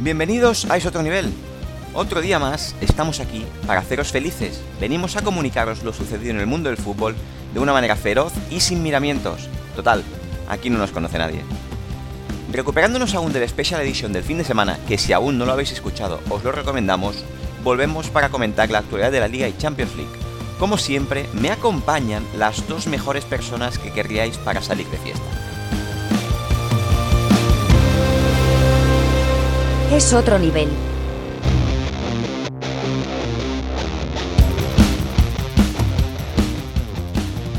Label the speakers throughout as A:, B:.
A: Bienvenidos a Es Otro Nivel. Otro día más estamos aquí para haceros felices. Venimos a comunicaros lo sucedido en el mundo del fútbol de una manera feroz y sin miramientos. Total, aquí no nos conoce nadie. Recuperándonos aún de la Special Edition del fin de semana, que si aún no lo habéis escuchado os lo recomendamos, volvemos para comentar la actualidad de la Liga y Champions League. Como siempre, me acompañan las dos mejores personas que querríais para salir de fiesta.
B: Es otro nivel.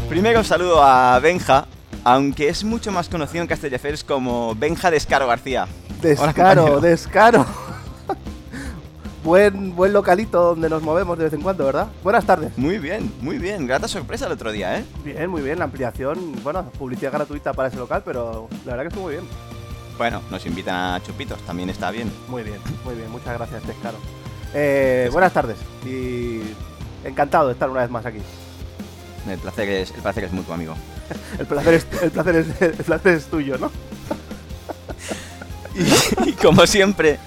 A: Primero saludo a Benja, aunque es mucho más conocido en Castelldefels como Benja Descaro García. Hola,
C: Descaro,
A: compañero.
C: descaro. buen, buen localito donde nos movemos de vez en cuando, ¿verdad? Buenas tardes.
A: Muy bien, muy bien. Grata sorpresa el otro día, ¿eh?
C: Bien, muy bien, la ampliación, bueno, publicidad gratuita para ese local, pero la verdad que estuvo muy bien.
A: Bueno, nos invitan a chupitos, también está bien.
C: Muy bien, muy bien, muchas gracias, Descaro. Eh, buenas tardes y encantado de estar una vez más aquí.
A: El placer es, el placer es mutuo, amigo.
C: El placer es, el placer es, el placer es tuyo, ¿no?
A: Y, y como siempre,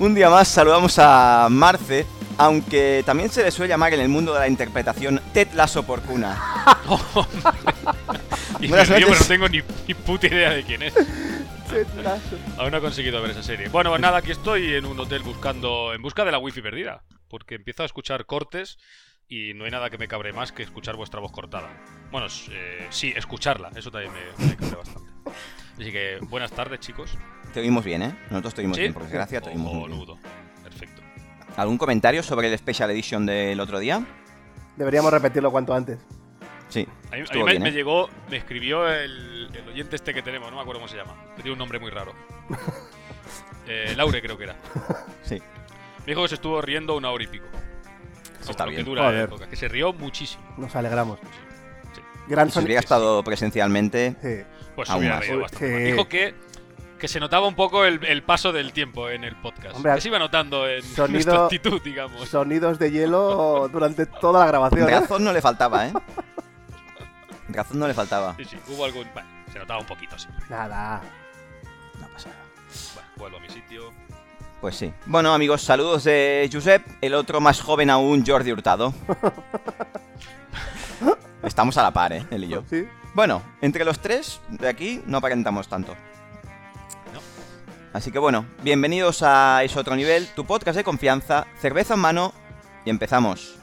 A: un día más saludamos a Marce, aunque también se le suele llamar en el mundo de la interpretación Tetlas oportuna.
D: Y me
A: Buenas
D: río,
A: noches.
D: pero no tengo ni, ni puta idea de quién es. Aún no he conseguido ver esa serie. Bueno, pues nada, aquí estoy en un hotel buscando, en busca de la wifi perdida. Porque empiezo a escuchar cortes y no hay nada que me cabre más que escuchar vuestra voz cortada. Bueno, s- eh, sí, escucharla. Eso también me, me cabre bastante. Así que, buenas tardes, chicos.
A: Te oímos bien, ¿eh? Nosotros te oímos bien, por desgracia, te
D: Oh,
A: oímos muy bien.
D: boludo. Perfecto.
A: ¿Algún comentario sobre el Special Edition del otro día?
C: Deberíamos repetirlo cuanto antes.
A: Sí,
D: A mí, a mí
A: estuvo
D: me,
A: bien,
D: me
A: ¿eh?
D: llegó, me escribió el, el oyente este que tenemos, no me acuerdo cómo se llama, que tiene un nombre muy raro. Eh, Laure creo que era.
A: Sí.
D: Me dijo que se estuvo riendo una hora y pico. Como
A: está
D: lo que
A: bien.
D: dura la
C: Joder.
D: época, que se rió muchísimo.
C: Nos alegramos.
D: Sí.
C: Gran
A: Si
C: son-
A: hubiera estado presencialmente,
C: Sí.
D: Pues se
A: Aún
D: hubiera
A: más.
D: reído bastante
C: Sí.
D: más. Dijo que, que se notaba un poco el, el paso del tiempo en el podcast.
C: Hombre,
D: que se iba notando en
C: sonido-
D: nuestra actitud, digamos.
C: Sonidos de hielo durante toda la grabación. ¿eh?
A: razón no le faltaba, ¿eh? Razón no le faltaba.
D: Sí, sí, hubo algún... bueno, se notaba un poquito, sí.
C: Nada.
A: No pasa nada.
D: Bueno, vuelvo a mi sitio.
A: Pues sí. Bueno, amigos, saludos de Josep, el otro más joven aún, Jordi Hurtado. Estamos a la par, ¿eh? Él y yo.
C: Sí.
A: Bueno, entre los tres de aquí no aparentamos tanto.
D: No.
A: Así que bueno, bienvenidos a Es Otro Nivel, tu podcast de confianza, cerveza en mano y empezamos.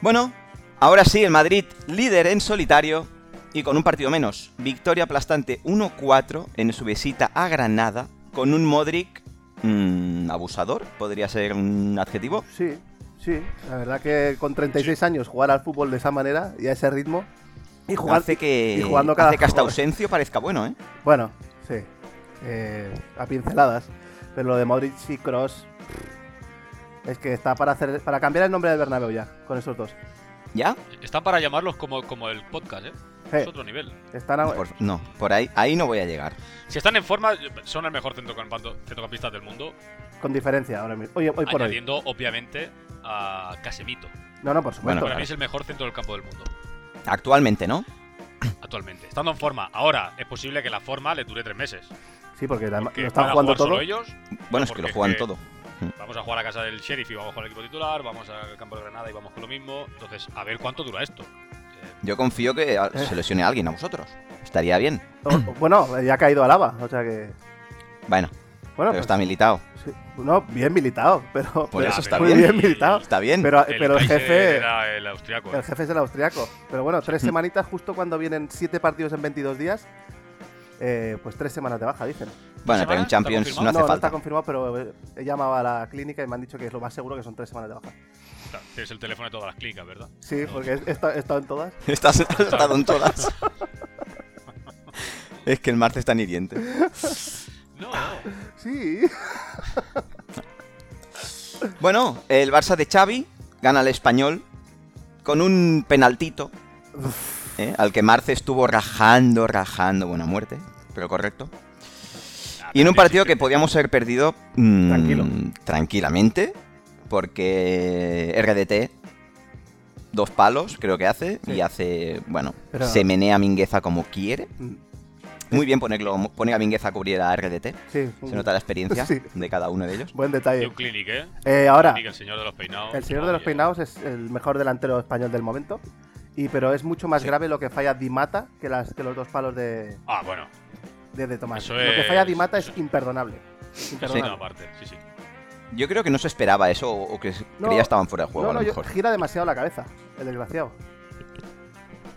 A: Bueno, ahora sí, el Madrid líder en solitario y con un partido menos. Victoria aplastante 1-4 en su visita a Granada con un Modric mm, abusador, podría ser un adjetivo.
C: Sí, sí. La verdad que con 36 años jugar al fútbol de esa manera y a ese ritmo y jugar
A: hace que,
C: y jugando cada
A: hace que hasta
C: juego.
A: ausencio parezca bueno, ¿eh?
C: Bueno, sí. eh, a pinceladas, pero lo de Modric y Cross es que está para hacer para cambiar el nombre del Bernabéu ya con esos dos.
A: ¿Ya?
D: Están para llamarlos como, como el podcast, ¿eh?
C: Eh,
D: Es otro nivel.
C: están a-
A: Por- no, por ahí, ahí no voy a llegar.
D: Si están en forma, son el mejor centrocampanto- centrocampista del mundo,
C: con diferencia ahora mismo. Oye, hoy por hoy.
D: añadiendo obviamente a Casemito.
C: No, no, por supuesto.
A: Bueno,
D: Para mí es el mejor centro del campo del mundo
A: Actualmente, ¿no?
D: actualmente. Estando en forma, ahora es posible que la forma le dure tres meses.
C: sí, porque, la-
D: porque
C: lo están
D: van a
C: jugando
D: jugar solo
C: todo.
D: ellos.
A: Bueno, es que lo
D: Porque
A: juegan
D: es que-
A: todo.
D: Vamos a jugar a casa del sheriff y vamos con el equipo titular, vamos al campo de Granada y vamos con lo mismo. Entonces, a ver cuánto dura esto. Eh,
A: Yo confío que ah,
C: Eh.
A: se lesione a alguien, a vosotros. Estaría bien.
C: O- o- Oh, Bueno, ya ha caído Alaba, o sea que
A: Bueno,
C: bueno,
A: pero
C: pues,
A: está militado.
C: sí. no, bien militado, pero,
A: Por
C: pero-
A: eso está
C: muy
A: bien.
C: bien militado.
A: Está bien.
C: Pero,
D: el
C: pero el
D: Kaiser
C: jefe.
D: Era el austriaco. ¿eh?
C: El jefe es el austriaco. Pero bueno, tres
A: Mm.
C: semanitas justo cuando vienen siete partidos en 22 días. eh, pues tres semanas de baja, dicen.
A: bueno,
D: ¿Semana?
A: pero en
D: ¿Está
A: Champions no
D: confirmado?
A: hace
C: no, no
A: falta.
C: está confirmado, pero eh, he llamado a la clínica y me han dicho que es lo más seguro que son tres semanas de baja.
D: Claro, Tienes el teléfono de todas las clínicas, ¿verdad?
C: Sí, porque he, esta- he estado en todas.
A: Estás has estado en todas. es que el martes está hiriente.
D: No,
C: Sí.
A: Bueno, el Barça de Xavi gana al español con un penaltito. ¿eh? Al que Marce estuvo rajando, rajando. Buena muerte, pero correcto. Y en un partido que podíamos haber perdido mm,
C: Tranquilo.
A: tranquilamente, porque RDT, dos palos creo que hace,
C: Sí.
A: y hace, bueno,
C: Pero-
A: Mm. se menea a Mingueza como quiere. Muy bien ponerlo, poner a Mingueza a cubrir a RDT.
C: Sí.
A: Se nota la experiencia
C: Sí.
A: de cada uno de ellos.
C: Buen
D: New
C: detalle.
D: Clinic, ¿eh?
C: Eh, ahora,
D: Clinic, el señor de los peinados. Ah,
C: el señor de los
D: Maravilla.
C: peinados es el mejor delantero español del momento. Y pero es mucho más
A: Sí.
C: grave lo que falla Di Mata que, las, que los dos palos de,
D: Ah, bueno.
C: de, de Tomás.
D: Eso
C: Lo que falla
D: es-
C: Di Mata es
D: eso-
C: imperdonable.
D: Eso
A: Sí.
D: es una parte, sí, sí.
A: Yo creo que no se esperaba eso o o que
C: No,
A: creía estaban fuera de juego,
C: No,
A: a lo
C: no, yo-
A: mejor.
C: gira demasiado la cabeza, el desgraciado.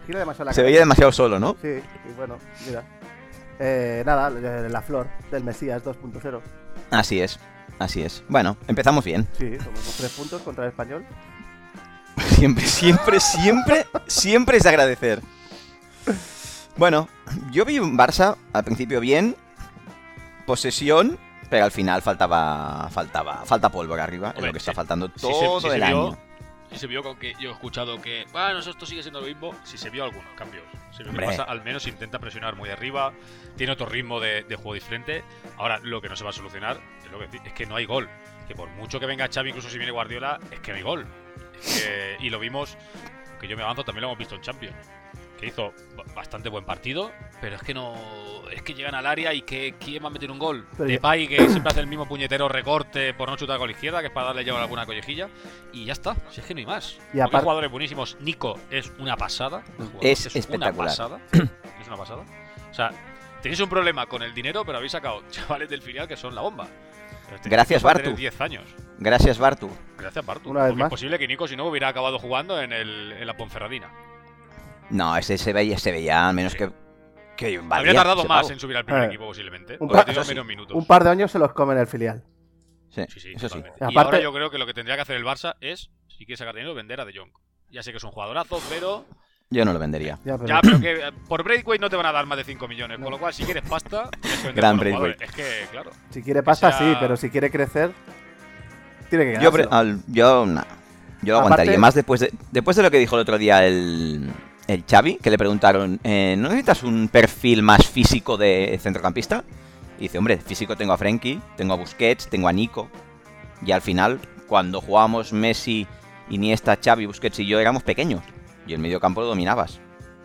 C: Gira demasiado la
A: Se
C: cabeza.
A: veía demasiado solo, ¿no?
C: Sí, y bueno, mira. Eh, nada, eh, la flor del Mesías 2.0.
A: Así es, así es. Bueno, empezamos bien.
C: Sí, somos los tres puntos contra el español.
A: Siempre, siempre, siempre, siempre es de agradecer. Bueno, yo vi un Barça al principio bien, posesión, pero al final faltaba, faltaba, falta pólvora arriba, es
D: Hombre,
A: lo que está
D: sí.
A: faltando
D: Sí se-
A: todo
D: sí se
A: el
D: vio-
A: año.
D: sí se vio con que yo he escuchado que, bueno, esto sigue siendo lo mismo. Si se vio algunos cambios. Se vio que
A: Hombre.
D: pasa, al menos intenta presionar muy arriba. Tiene otro ritmo de, de juego diferente. Ahora, lo que no se va a solucionar es, lo que, decí- es que no hay gol. Que por mucho que venga Xavi, incluso si viene Guardiola, es que no hay gol. Es que- Eh, y lo vimos, que yo me avanzo, también lo hemos visto en Champions. Que hizo ba- bastante buen partido, pero es que no. Es que llegan al área y que quién va a meter un gol.
C: Pero ya-
D: Depay, que siempre hace el mismo puñetero recorte por no chutar con la izquierda, que es para darle llevar alguna collejilla. Y ya está, si es que no hay más. Porque hay
C: aparte-
D: jugadores buenísimos. Nico es una pasada. el jugador
A: Es
D: Una
A: espectacular.
D: pasada. es una pasada. O sea, tenéis un problema con el dinero, pero habéis sacado chavales del filial que son la bomba. Pero este tenéis
A: Gracias,
D: que mantener
A: Bartu.
D: 10 años.
A: Gracias, Bartu.
D: Gracias, Bartu.
C: Una vez
D: Porque
C: más.
D: es posible que Nico, si no, hubiera acabado jugando en, el, en la Ponferradina.
A: No, ese se veía, se veía, al menos que... que valía
D: Habría tardado
A: ese
D: más
A: pavo.
D: en subir al primer
C: Eh.
D: equipo, posiblemente.
C: Un
D: Habría
C: par-
D: tenido
A: eso sí.
D: menos minutos.
C: Un par de años se los come en el filial.
A: Sí,
D: Sí, sí,
A: eso sí.
D: totalmente.
C: Aparte-
D: Y ahora yo creo que lo que tendría que hacer el Barça es, si quiere sacar dinero, vender a De Jong. Ya sé que es un jugadorazo, pero.
A: Yo no lo vendería.
C: Ya, pero-
D: Ya, pero que eh, por Breakway no te van a dar más de 5 millones.
C: No.
D: Con lo cual, si quieres pasta, tienes que vender
A: Gran
D: buenos
A: Braithwaite.
D: jugadores. Es que, claro.
C: si quiere pasta,
D: sea-
C: sí, pero si quiere crecer, tiene que
A: Yo,
C: ganar.
A: pre- al- yo, nah. yo lo
C: Aparte-
A: aguantaría. Más después de, después de lo que dijo el otro día el, el Xavi, que le preguntaron, eh, ¿no necesitas un perfil más físico de centrocampista? Y dice, hombre, físico tengo a Frenkie, tengo a Busquets, tengo a Nico. Y al final, cuando jugábamos Messi, Iniesta, Xavi, Busquets y yo, éramos pequeños. Y el mediocampo lo dominabas.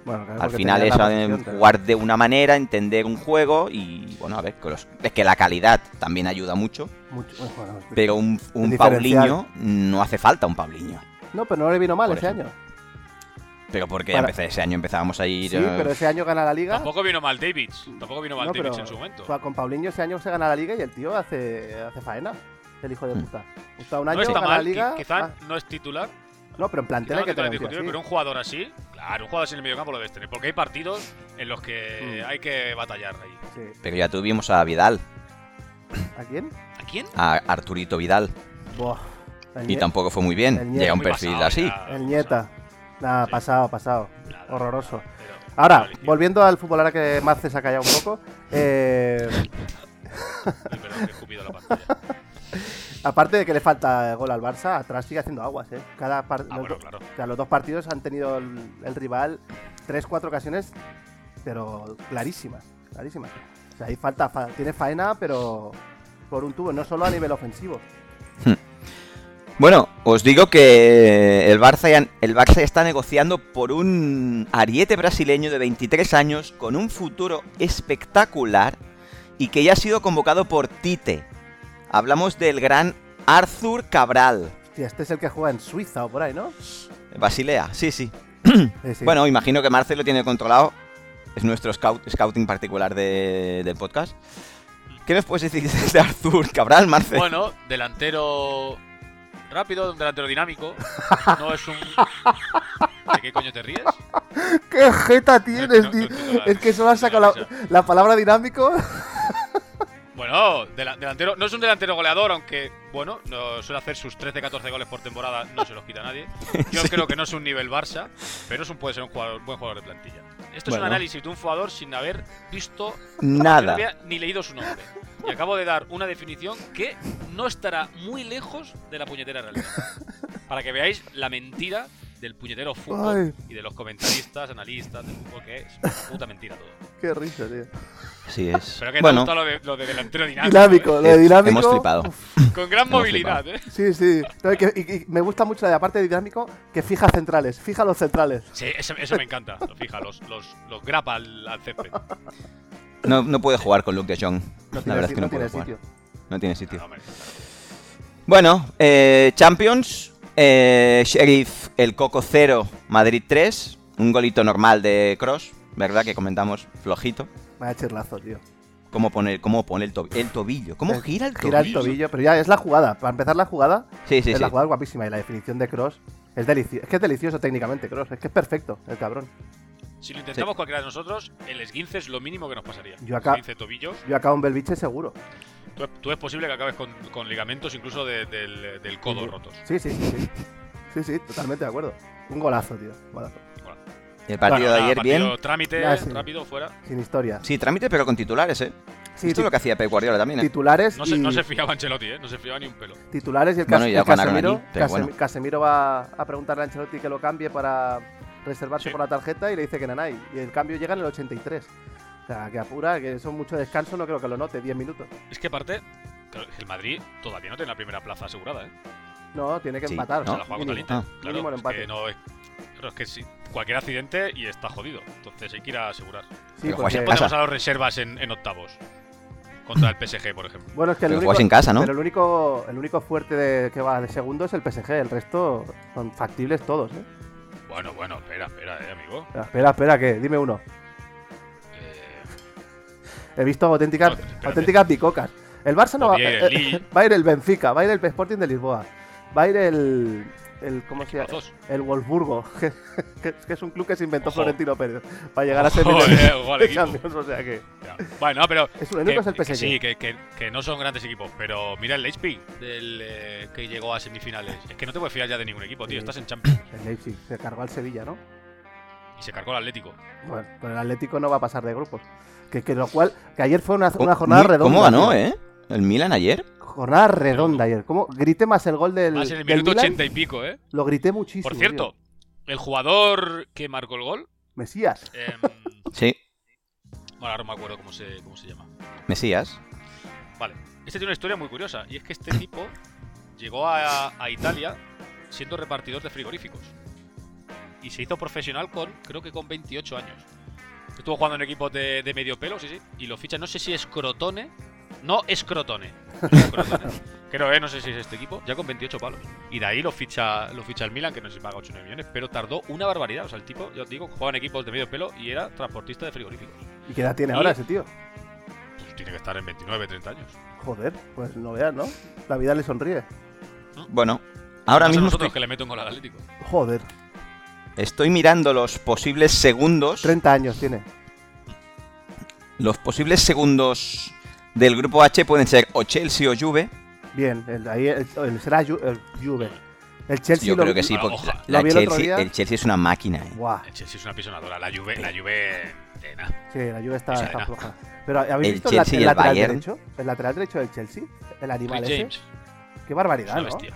A: ah, al final es eh, jugar de una manera, entender un juego y, bueno, a ver, que los- es que la calidad también ayuda mucho.
C: Mucho, bueno, es-
A: Pero un, un
C: diferencial.
A: Paulinho no hace falta un Paulinho.
C: No, pero no le vino mal
A: Por
C: ese
A: ejemplo.
C: año.
A: Pero porque
C: Para-
A: empecé- ese año empezábamos a ir.
C: Sí,
A: eh,
C: pero ese año gana la liga.
D: Tampoco vino mal Davids. Tampoco vino mal
C: No,
D: Davids
C: pero
D: en su momento.
C: Fue- Con Paulinho ese año se gana la liga y el tío hace, hace faena. El hijo de
A: Mm.
C: puta. Está un
D: No
C: año,
D: está
C: gana la
D: mal,
C: liga.
D: qui- quizá
C: ah,
D: no es titular.
C: no, pero en
D: quizá
C: plantel
D: no
C: hay
D: es
C: que
D: titular
C: tener un tío
D: discutible,
C: así.
D: pero un jugador así, claro, un jugador así en el mediocampo lo debes tener. Porque hay partidos en los que
C: Mm.
D: hay que batallar ahí.
C: Sí.
A: pero ya tuvimos a Vidal,
C: ¿A quién?
D: ¿A quién?
A: a Arturito Vidal.
C: Buah. El,
A: Y
C: Nie-
A: tampoco fue muy bien.
C: el
A: Llega un
D: Muy
A: perfil
D: pasado
A: así.
D: ya,
C: el Nieta. Nada,
D: Sí.
C: pasado, pasado.
D: Nada,
C: Horroroso.
D: pero-
C: Ahora,
D: Vale, tío.
C: volviendo al fútbol, ahora que Marce se ha callado un poco. eh,
D: Ay, perdón, que he escupido la pantalla.
C: aparte de que le falta gol al Barça, atrás sigue haciendo aguas. ¿eh? Cada par-
D: Ah,
C: los
D: bueno,
C: do-
D: claro.
C: O sea, los dos partidos han tenido el, el rival tres, cuatro ocasiones, pero clarísimas, clarísimas. O sea, ahí falta, fa- tiene faena, pero por un tubo, no solo a nivel ofensivo.
A: Bueno, os digo que el Barça, ya, el Barça ya está negociando por un ariete brasileño de 23 años con un futuro espectacular y que ya ha sido convocado por Tite. Hablamos del gran Arthur Cabral.
C: Hostia, este es el que juega en Suiza o por ahí, ¿no? Eh,
A: Basilea, sí, sí.
C: Sí, sí.
A: Bueno, imagino que Marce lo tiene controlado. Es nuestro scout- scouting particular de- del podcast. ¿Qué nos puedes decir de Arthur Cabral, Marce?
D: Bueno, delantero rápido, un delantero dinámico. No es un. ¿De qué coño te ríes?
C: ¡Qué jeta
D: No,
C: tienes,
D: no,
C: tío!
D: no, no, no,
C: Es que solo has
D: no,
C: sacado
D: no,
C: la, la palabra dinámico.
D: Bueno, dela- delantero, no es un delantero goleador, aunque, bueno, no suele hacer sus 13-14 goles por temporada, no se los quita nadie. Yo creo que no es un nivel Barça, pero es un, puede ser un jugador- buen jugador de plantilla. Esto es un
A: Bueno.
D: análisis de un jugador sin haber visto Yo no
A: Nada.
D: había ni leído su nombre. Y acabo de dar una definición que no estará muy lejos de la puñetera realidad. Para que veáis la mentira del puñetero fútbol y de los comentaristas, analistas del fútbol, que es una puta mentira todo.
C: ¡Qué risa, tío!
A: Sí es.
D: Pero que te ha
A: Bueno,
D: gustado lo de, lo de delantero dinámico.
C: Dinámico, lo de
A: eh,
C: dinámico.
A: hemos flipado.
D: ¿eh? Con gran
A: Hemos
D: movilidad, ¿eh?
C: Sí, sí. No, y que- y- y me gusta mucho la de aparte de dinámico que fija centrales, fija los centrales.
D: Sí, eso, eso me encanta. Lo fija, los, los, los grapa al, al césped.
A: No, no puede jugar con Luke de Jong.
C: No
A: la
C: tiene,
A: verdad
C: si-
A: es que no,
C: no tiene
A: puede jugar.
C: sitio.
A: No tiene sitio.
D: No, hombre.
A: Bueno, eh, Champions, eh, Sheriff el Coco 0, Madrid 3, un golito normal de Cross, ¿verdad? Que comentamos flojito.
C: Vaya chirlazo, tío.
A: ¿Cómo pone, cómo pone el, to- el tobillo? ¿Cómo
C: Eh,
A: gira el tobillo?
C: Gira el tobillo, pero ya es la jugada. Para empezar la jugada,
A: Sí, sí,
C: es
A: sí.
C: la jugada guapísima y la definición de Cross es delicioso. Es que es delicioso técnicamente, Cross. Es que es perfecto, el cabrón.
D: Si lo intentamos cualquiera de nosotros, el esguince es lo mínimo que nos pasaría.
C: Yo acá-
D: Esguince de tobillos.
C: Yo acabo en Belviche seguro.
D: Tú, tú es posible que acabes con, con ligamentos incluso de- del, del codo
C: Sí.
D: rotos.
C: Sí, sí, sí, sí. Sí, sí, totalmente de acuerdo. Un golazo, tío. Golazo.
A: El partido
D: Bueno,
A: de
D: nada,
A: ayer,
D: Ah, partido
A: bien.
D: Trámite,
C: Ya, sí.
D: rápido, fuera.
C: Sin historia.
A: Sí, trámite, pero con titulares, ¿eh?
C: Sí,
A: Esto es lo que hacía Pep Guardiola también, ¿eh?
C: titulares
D: No se,
C: y
D: no se fiaba Ancelotti, ¿eh? No se fiaba ni un pelo.
C: titulares y el,
A: Bueno,
C: Cas-
A: ya
C: el
A: ganaron
C: Casemiro,
A: allí, pero
C: Casem-
A: bueno.
C: Casemiro va a preguntarle a Ancelotti que lo cambie para reservarse
D: Sí.
C: por la tarjeta y le dice que nanay. Y el cambio llega en el 83. O sea, que apura, que son mucho descanso, no creo que lo note, 10 minutos.
D: Es que aparte, claro, el Madrid todavía no tiene la primera plaza asegurada, ¿eh?
C: No, tiene que
A: Sí,
C: empatar.
D: O sea,
A: No,
D: la juega con
C: mínimo.
D: caliente.
A: Ah.
D: Claro,
C: Mínimo el
D: es
C: empate.
D: que no es, claro, es que sí, cualquier accidente y está jodido. Entonces hay que ir a asegurar.
C: Sí,
A: Pero
C: porque-
A: Eh,
D: Ponemos
A: pasa.
D: a los reservas en, en octavos. Contra el PSG, por ejemplo.
C: Bueno, es que el
A: Pero
C: único,
A: jugáis en casa, ¿no?
C: pero el único, el único fuerte de- que va de segundo es el PSG. El resto son factibles todos, ¿eh?
D: Bueno, bueno, espera, espera, eh, amigo.
C: Espera, espera, espera, que dime uno.
D: Eh,
C: He visto auténticas,
D: No, espérate.
C: auténticas bicocas. El Barça no va,
D: Oye,
C: eh, eh,
D: Lille.
C: va a ir el Benfica, va a ir el Sporting de Lisboa, va a ir el, el ¿cómo se llama?
D: equipazos.
C: El Wolfsburgo, que, que- que es un club que se inventó
D: Ojo.
C: Florentino Pérez para llegar a ser
D: Ojo, eh, ojo al equipo.
C: Champions, o sea que
D: Ya. Bueno, no, pero.
C: es un único es el
D: que
C: PSG.
D: sí, que, que- que no son grandes equipos, pero mira el Leipzig del, eh, que llegó a semifinales. Es que no te puedes fiar ya de ningún equipo, tío.
C: Sí.
D: Estás en Champions
C: El Leipzig se cargó al Sevilla, ¿no?
D: y se cargó el Atlético.
C: Bueno, con el Atlético no va a pasar de grupos. Que, que lo cual, que ayer fue una,
A: Co-
C: una jornada
A: Mil-
C: redonda.
A: ¿Cómo ganó,
C: tío.
A: eh? El Milan ayer.
C: Jornada redonda ayer. ¿Cómo? Grité más el gol del.
D: Más en el
C: del
D: minuto
C: Milan,
D: 80 y pico, ¿eh?
C: Lo grité muchísimo.
D: Por
C: tío.
D: cierto, el jugador que marcó el gol.
C: Mesías.
D: em,
A: Sí,
D: bueno, ahora no me acuerdo cómo se, cómo se llama.
A: Mesías.
D: Vale. Este tiene una historia muy curiosa. Y es que este tipo llegó a, a Italia siendo repartidor de frigoríficos. Y se hizo profesional con, creo que con 28 años. Estuvo jugando en equipos de, de medio pelo, sí, sí. Y lo ficha, no sé si es Crotone. No, es Crotone. Crotone. Creo, eh, no sé si es este equipo. Ya con 28 palos. Y de ahí lo ficha, lo ficha el Milan, que no sé si paga 8 o 9 millones. Pero tardó una barbaridad. O sea, el tipo, yo os digo, jugaba en equipos de medio pelo y era transportista de frigoríficos.
C: ¿Y qué edad tiene
D: Y-
C: ahora ese tío?
D: Pues tiene que estar en 29, 30 años.
C: Joder, pues no veas, ¿no? La vida le sonríe.
A: Bueno, ahora
D: Más a
A: mismo
D: nosotros
A: estoy,
D: que le meto un gol al Atlético.
C: Joder,
A: estoy mirando los posibles segundos.
C: 30 años tiene.
A: Los posibles segundos del grupo H pueden ser o Chelsea o Juve.
C: Bien, el, ahí el, el- será Ju- el Juve. El Chelsea
A: Yo
C: lo-
A: creo que sí,
D: Ah,
A: porque
D: ojalá.
A: la
C: Lo vi el otro
A: Chelsea,
C: día.
A: el Chelsea es una máquina. ¿eh?
C: Buah,
D: El Chelsea es una pisonadora. La Juve, la Juve de nada.
C: sí, la Juve está,
D: O sea,
C: está
D: no.
C: floja. Pero ¿habéis
A: El
C: visto
A: Chelsea y
C: el,
A: el
C: lateral
A: Bayern.
C: derecho? El lateral derecho del Chelsea, el animal
D: Chris
C: ese.
D: James
C: Qué
D: es
C: barbaridad,
D: una
C: ¿no?
D: bestia.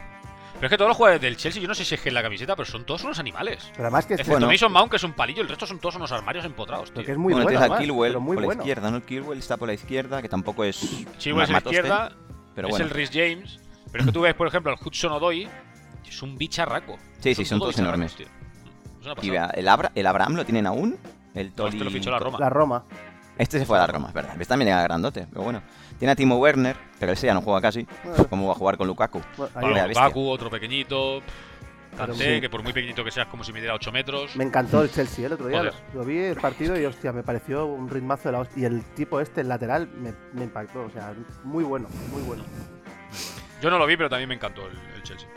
D: Pero es que todos los jugadores del Chelsea, yo no sé si es que en la camiseta, pero son todos unos animales.
C: Pero además que este es,
D: Excepto
A: Bueno.
D: Mason Mount, que es un palillo, el resto son todos unos armarios empotrados, tío.
C: porque es muy
A: bueno,
C: bueno.
A: tienes a
C: además,
A: Kilwell
C: pero muy
A: por la
C: bueno.
A: izquierda, ¿no? El Kilwell está por la izquierda, que tampoco es.
D: Chivo
A: un
D: es la
A: armatoste,
D: izquierda,
A: Pero
D: es
A: bueno,
D: el Rhys James. Pero es que tú ves, por ejemplo, al Hudson Odoi, que es un bicharraco.
A: Sí, sí, son todos
D: bicharracos, tío. Es una
A: y
D: pasada.
A: vea, el, Abra- el Abraham lo tienen aún. El
D: No,
A: Toli.
D: este lo fichó la Roma.
C: La Roma.
A: Este se fue a la Roma, es verdad. Este también era grandote, pero bueno. Tiene a Timo Werner, pero ese ya no juega casi.
C: Bueno,
A: ¿Cómo va a jugar con Lukaku?
C: bueno, ahí-
A: Vale, la
D: Pablo
A: bestia.
D: Baku, otro pequeñito. Kanté,
C: sí.
D: que por muy pequeñito que seas, como si midiera 8 metros.
C: Me encantó el Chelsea ¿eh? el otro día.
D: Joder.
C: Lo, lo vi el partido y hostia, me pareció un ritmazo de la hostia. Y el tipo este, el lateral, me, me impactó. O sea, muy bueno, muy bueno.
D: Yo no lo vi, pero también me encantó el, el Chelsea.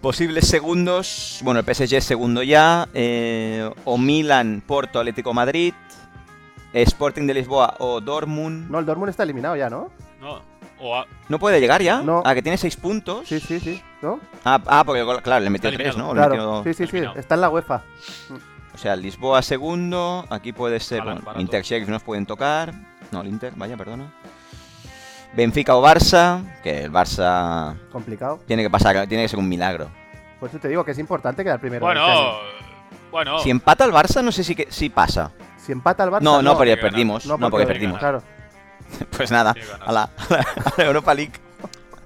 A: Posibles segundos. Bueno, el PSG es segundo ya. eh, o Milan, Porto, Atlético Madrid. Sporting de Lisboa o Dortmund. No,
C: No, el Dortmund está eliminado ya, ¿no?
D: No, o a-
A: puede llegar ya.
C: No.
A: Ah, que tiene seis puntos.
C: Sí, sí, sí. ¿No?
A: Ah, ah, porque claro, le metió
D: Está
A: tres, ¿no?
D: eliminado.
A: Le
C: Claro.
A: metió-
C: Sí, sí, sí.
D: eliminado.
C: Está en la UEFA.
A: O sea, Lisboa segundo. Aquí puede ser.
D: Alan,
A: Bueno,
D: barato.
A: Inter Sheriff nos pueden tocar. No, el Inter, vaya, perdona. Benfica o Barça. Que el Barça
C: Complicado.
A: tiene que pasar, tiene que ser un milagro.
C: Por eso te digo que es importante quedar primero. este
D: Bueno,
C: año.
D: bueno.
A: Si empata el Barça, no sé si, que, si pasa.
C: si empata el Barça.
A: No, no,
D: por-
A: porque
D: tiene que
A: perdimos. No,
C: no,
A: porque
D: tiene que
A: perdimos.
C: Claro.
A: Pues nada,
D: Tiene que ganar.
A: a la, a la Europa League.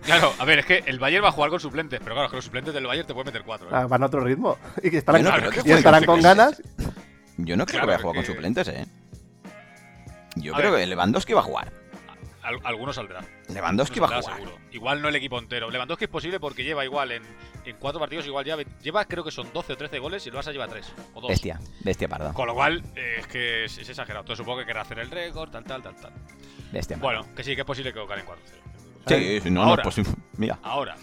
D: Claro, a ver, es que el Bayern va a jugar con suplentes, pero claro, es que los suplentes del Bayern te pueden meter cuatro. ¿eh?
C: Ah, Van a otro ritmo. Y que estarán,
A: Yo no
C: y
A: creo que
C: estarán
A: jueguen
C: con
A: suplentes.
C: ganas.
A: Yo no creo
D: Claro,
A: que vaya a jugar
D: que-
A: con suplentes, ¿eh? Yo
D: A
A: creo
D: ver.
A: que Lewandowski va a jugar.
D: Al- alguno saldrá.
A: Lewandowski va
D: Alguno
A: a
D: saldrá,
A: jugar.
D: seguro. Igual no el equipo entero. Lewandowski es posible porque lleva igual en, en cuatro partidos, igual ya ve- lleva, creo que son 12 o 13 goles y el Barça lleva 3 o 2.
A: Bestia, bestia parda.
D: Con lo cual, eh, es que es, es exagerado. Entonces supongo que querrá hacer el récord, tal, tal, tal, tal.
A: Bestia parda.
D: Bueno, que sí, que es posible que Ocaran en 4
A: sí, sí, no, no,
D: Ahora.
A: pues mira.
D: Ahora,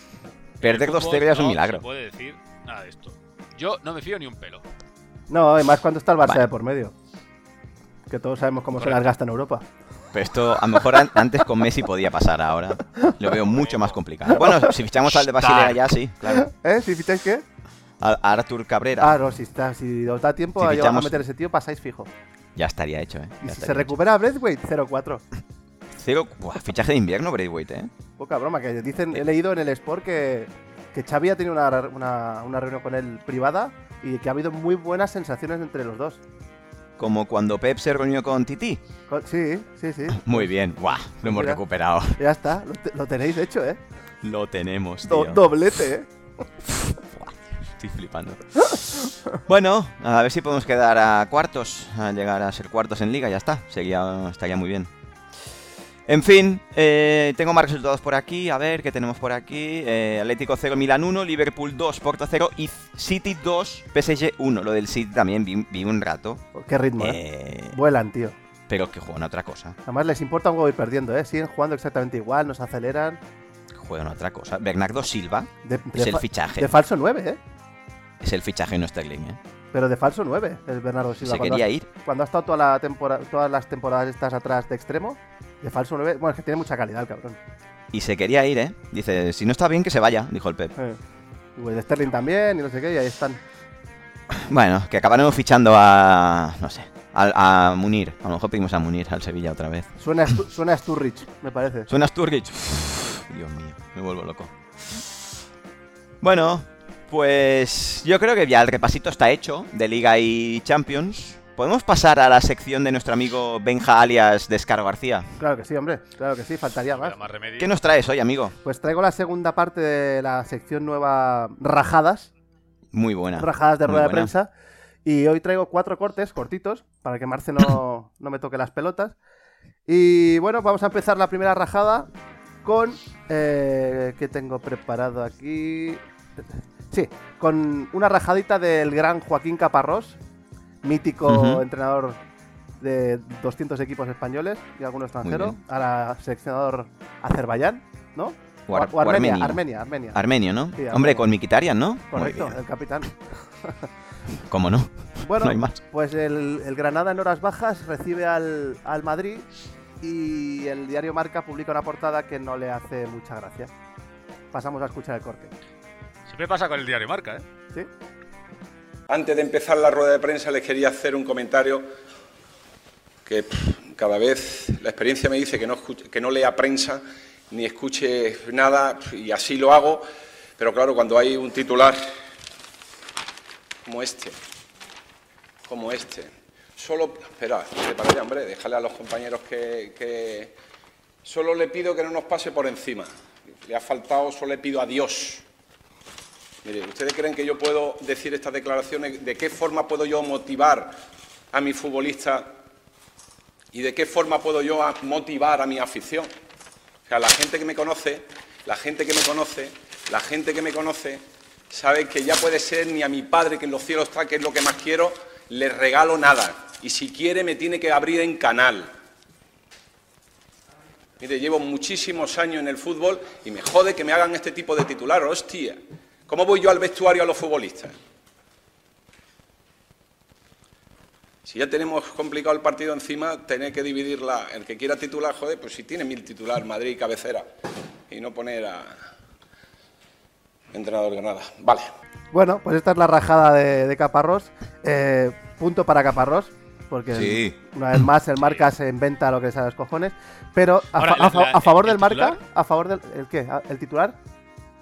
A: Perder
D: el fútbol
A: 2-0 ya es un
D: no
A: milagro.
D: se puede decir nada de esto. Yo no me fío ni un pelo.
C: No, y más cuando está el Barça
A: Vale.
C: de por medio. Que todos sabemos cómo se
D: Correcto.
C: las gasta en Europa.
A: Pero esto a lo mejor an- antes con Messi podía pasar ahora. Lo veo mucho más complicado. Bueno, si fichamos al de Basilea ya sí, claro.
C: ¿Eh? ¿Si ficháis qué?
A: A a Artur Cabrera
C: Ah, no, si, está, si os da tiempo
A: Si
C: a llevar-
A: fichamos-
C: a meter ese tío, pasáis fijo.
A: ya estaría hecho, ¿eh? Ya
C: Y si se
A: estaría hecho.
C: recupera Breathwaite, 0-4.
A: Cero- buah, fichaje de invierno, Braithwaite, ¿eh?
C: Poca broma, que dicen, he leído en el Sport que, que Xavi ha tenido una, una- una reunión con él privada y que ha habido muy buenas sensaciones entre los dos.
A: Como cuando Pep se reunió con Titi.
C: Co- Sí, sí, sí.
A: Muy bien, guau, lo hemos
C: Mira.
A: recuperado.
C: Ya está, lo, te- lo tenéis hecho, ¿eh?
A: Lo tenemos,
C: Do-
A: tío.
C: doblete, ¿eh?
A: Estoy flipando. bueno, a ver si podemos quedar a cuartos, a llegar a ser cuartos en liga, ya está. Sería, estaría muy bien. En fin, eh, tengo más resultados por aquí. A ver, ¿qué tenemos por aquí? Eh, Atlético 0, Milan 1, Liverpool 2, Porto 0 y City 2, PSG 1. Lo del City también vi, vi un rato.
C: Qué ritmo, ¿eh?
A: Eh,
C: Vuelan, tío.
A: pero que juegan a otra cosa.
C: Además les importa un huevo ir perdiendo, ¿eh? Siguen jugando exactamente igual, nos aceleran.
A: Juegan a otra cosa. Bernardo Silva
C: De,
A: es
C: de
A: el
C: fa-
A: fichaje.
C: de falso 9, ¿eh?
A: Es el fichaje, no Sterling. ¿eh? Pero
C: Pero de falso 9, el Bernardo Silva.
A: Se
C: cuando
A: quería
C: ha-
A: ir.
C: cuando ha estado toda la tempora- todas las temporadas estas atrás de extremo, de falso 9, bueno, es que tiene mucha calidad el cabrón.
A: Y se quería ir, ¿eh? Dice, si no está bien, que se vaya, dijo el Pep.
C: Eh. Y Will Sterling también, y no sé qué, y ahí están.
A: Bueno, que acabaremos fichando a. No sé. A, a Munir. A lo mejor pedimos a Munir al Sevilla otra vez.
C: Suena, a Stu- suena a Sturridge, me parece.
A: Suena Sturridge. Uf, Dios mío, me vuelvo loco. Bueno, pues yo creo que ya el repasito está hecho de Liga y Champions. Podemos pasar a la sección de nuestro amigo Benja alias Descaro García.
C: Claro que sí, hombre, claro que sí, faltaría
D: No me
C: más.
D: da más remedio.
A: ¿Qué nos traes hoy, amigo?
C: Pues traigo la segunda parte de la sección nueva Rajadas,
A: Muy buena.
C: Rajadas de
A: muy
C: rueda de
A: buena.
C: prensa. Y hoy traigo cuatro cortes cortitos para que Marce no, no me toque las pelotas. Y bueno, vamos a empezar la primera rajada con. Eh, ¿Qué tengo preparado aquí? Sí, con una rajadita del gran Joaquín Caparrós, mítico
A: Ujú.
C: entrenador de 200 equipos españoles y alguno extranjero,
A: bien.
C: ahora seleccionador Azerbaiyán, ¿no?
A: O Ar-
C: O- o
A: o
C: Armenia,
A: Armenio.
C: Armenia, Armenia.
A: Armenio, ¿no?
C: Sí,
A: Hombre,
C: Armenio.
A: con Miquitarian, ¿no? Muy
C: Correcto,
A: bien.
C: el capitán.
A: ¿Cómo no?
C: Bueno,
A: No hay más.
C: pues el, el Granada en horas bajas recibe al, al Madrid y el diario Marca publica una portada que no le hace mucha gracia. Pasamos a escuchar el corte.
D: Siempre pasa con el diario Marca, ¿eh?
C: ¿Sí?
B: Antes de empezar la rueda de prensa les quería hacer un comentario que pff, cada vez la experiencia me dice que no, escuche- que no lea prensa ni escuche nada pff, y así lo hago, pero claro, cuando hay un titular como este, como este, solo, espera, vete para allá, hombre, déjale a los compañeros que, que- Solo le pido que no nos pase por encima, le ha faltado, solo le pido adiós. Mire, ¿ustedes creen que yo puedo decir estas declaraciones? ¿De qué forma puedo yo motivar a mi futbolista? ¿Y de qué forma puedo yo a- motivar a mi afición? O sea, la gente que me conoce, la gente que me conoce, la gente que me conoce, sabe que ya puede ser ni a mi padre, que en los cielos está, que es lo que más quiero, le regalo nada. Y si quiere me tiene que abrir en canal. Mire, llevo muchísimos años en el fútbol y me jode que me hagan este tipo de titular, hostia. ¿Cómo voy yo al vestuario a los futbolistas? Si ya tenemos complicado el partido encima, tener que dividirla. El que quiera titular, joder, pues si tiene mil titular, Madrid y cabecera. Y no poner a entrenador Granada. Vale.
C: Bueno, pues esta es la rajada de, de Caparrós. Eh, punto para Caparrós, porque
A: Sí.
C: una vez más el Marca se inventa lo que le sale a los cojones. Pero a,
D: Ahora,
C: fa-
D: la-
C: a fa-
D: la-
C: a favor
D: el
C: del Marca,
D: titular.
C: a favor del ¿el qué? ¿A- ¿El titular?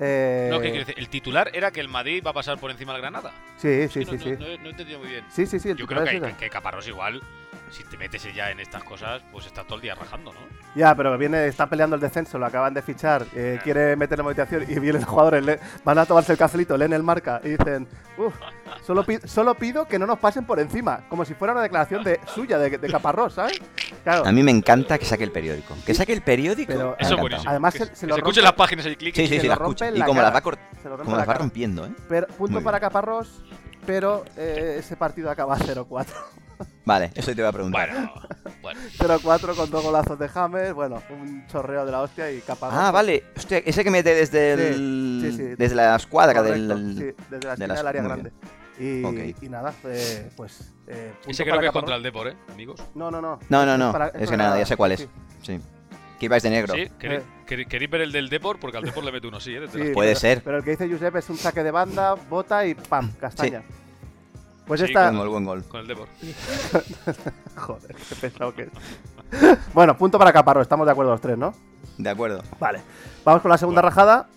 C: Eh,
D: No, ¿qué quiero decir? El titular era que el Madrid va a pasar por encima del Granada.
C: sí,
D: Es que
C: sí,
D: no,
C: sí, sí.
D: no- no he- no he entendido muy bien.
C: Sí, sí, sí, el
D: Yo creo
C: titular
D: que,
C: es
D: hay-
C: ese.
D: que Caparrós igual, si te metes ya en estas cosas, pues está todo el día rajando, ¿no?
C: Ya, pero viene, está peleando el descenso, lo acaban de fichar, eh, quiere meter la motivación y vienen los jugadores, le- van a tomarse el cafelito, leen el marca y dicen, Uf, solo, pi- solo pido que no nos pasen por encima, como si fuera una declaración de suya, de, de Caparrós, ¿sabes? Claro,
A: A mí me encanta que saque el periódico. Que saque el periódico.
C: Pero-
A: me ha
D: Eso es
A: encantado.
D: buenísimo.
C: Además,
D: que
C: se-
D: se,
C: se
D: que
C: lo
D: se escuchen
C: rompe-
D: las páginas y clic.
A: Sí, sí,
C: se
A: sí,
C: lo
A: la escucha.
C: rompe en
A: Y
C: la
A: como las va,
C: cara.
A: cort-
C: se lo rompe
A: como
C: la
A: las va
C: cara.
A: rompiendo, ¿eh?
C: Pero, punto
A: bien.
C: para Caparrós, pero eh, ese partido acaba 0-4.
A: Vale, eso te voy a preguntar.
D: Bueno, bueno.
C: 0-4 con dos golazos de Hammer, bueno, un chorreo de la hostia y Caparrós.
A: Ah, vale. Hostia, ese que mete desde
C: Sí,
A: el-
C: sí, sí.
A: desde la escuadra
C: Correcto,
A: del
C: sí, desde la
A: de
C: esquina
A: las-
C: del área
A: muy
C: grande. Y,
A: Ok.
C: y nada, eh, pues. Eh, punto para
D: Ese creo que es
C: Caparrós.
D: contra el Depor, ¿eh, amigos?
C: No, no, no.
A: No, no, no.
C: para-
A: es que
C: para-
A: nada, ya sé cuál es.
C: sí.
A: Sí. Que ibais de negro.
D: Sí, ¿Queréis- queréis queréis ver el del Depor? Porque al Depor le mete uno así, ¿eh? desde
C: eh. Sí,
D: la-
A: Puede
C: pero-
A: ser.
C: Pero el que dice Josep es un saque de banda, bota y ¡pam! Castaña. Pues
D: Sí,
A: Buen
C: esta.
A: gol, buen gol.
D: Con el Depor.
C: Joder, qué pesado que es. bueno, punto para Caparro, estamos de acuerdo los tres, ¿no?
A: De acuerdo.
C: Vale. Vamos con la segunda rajada.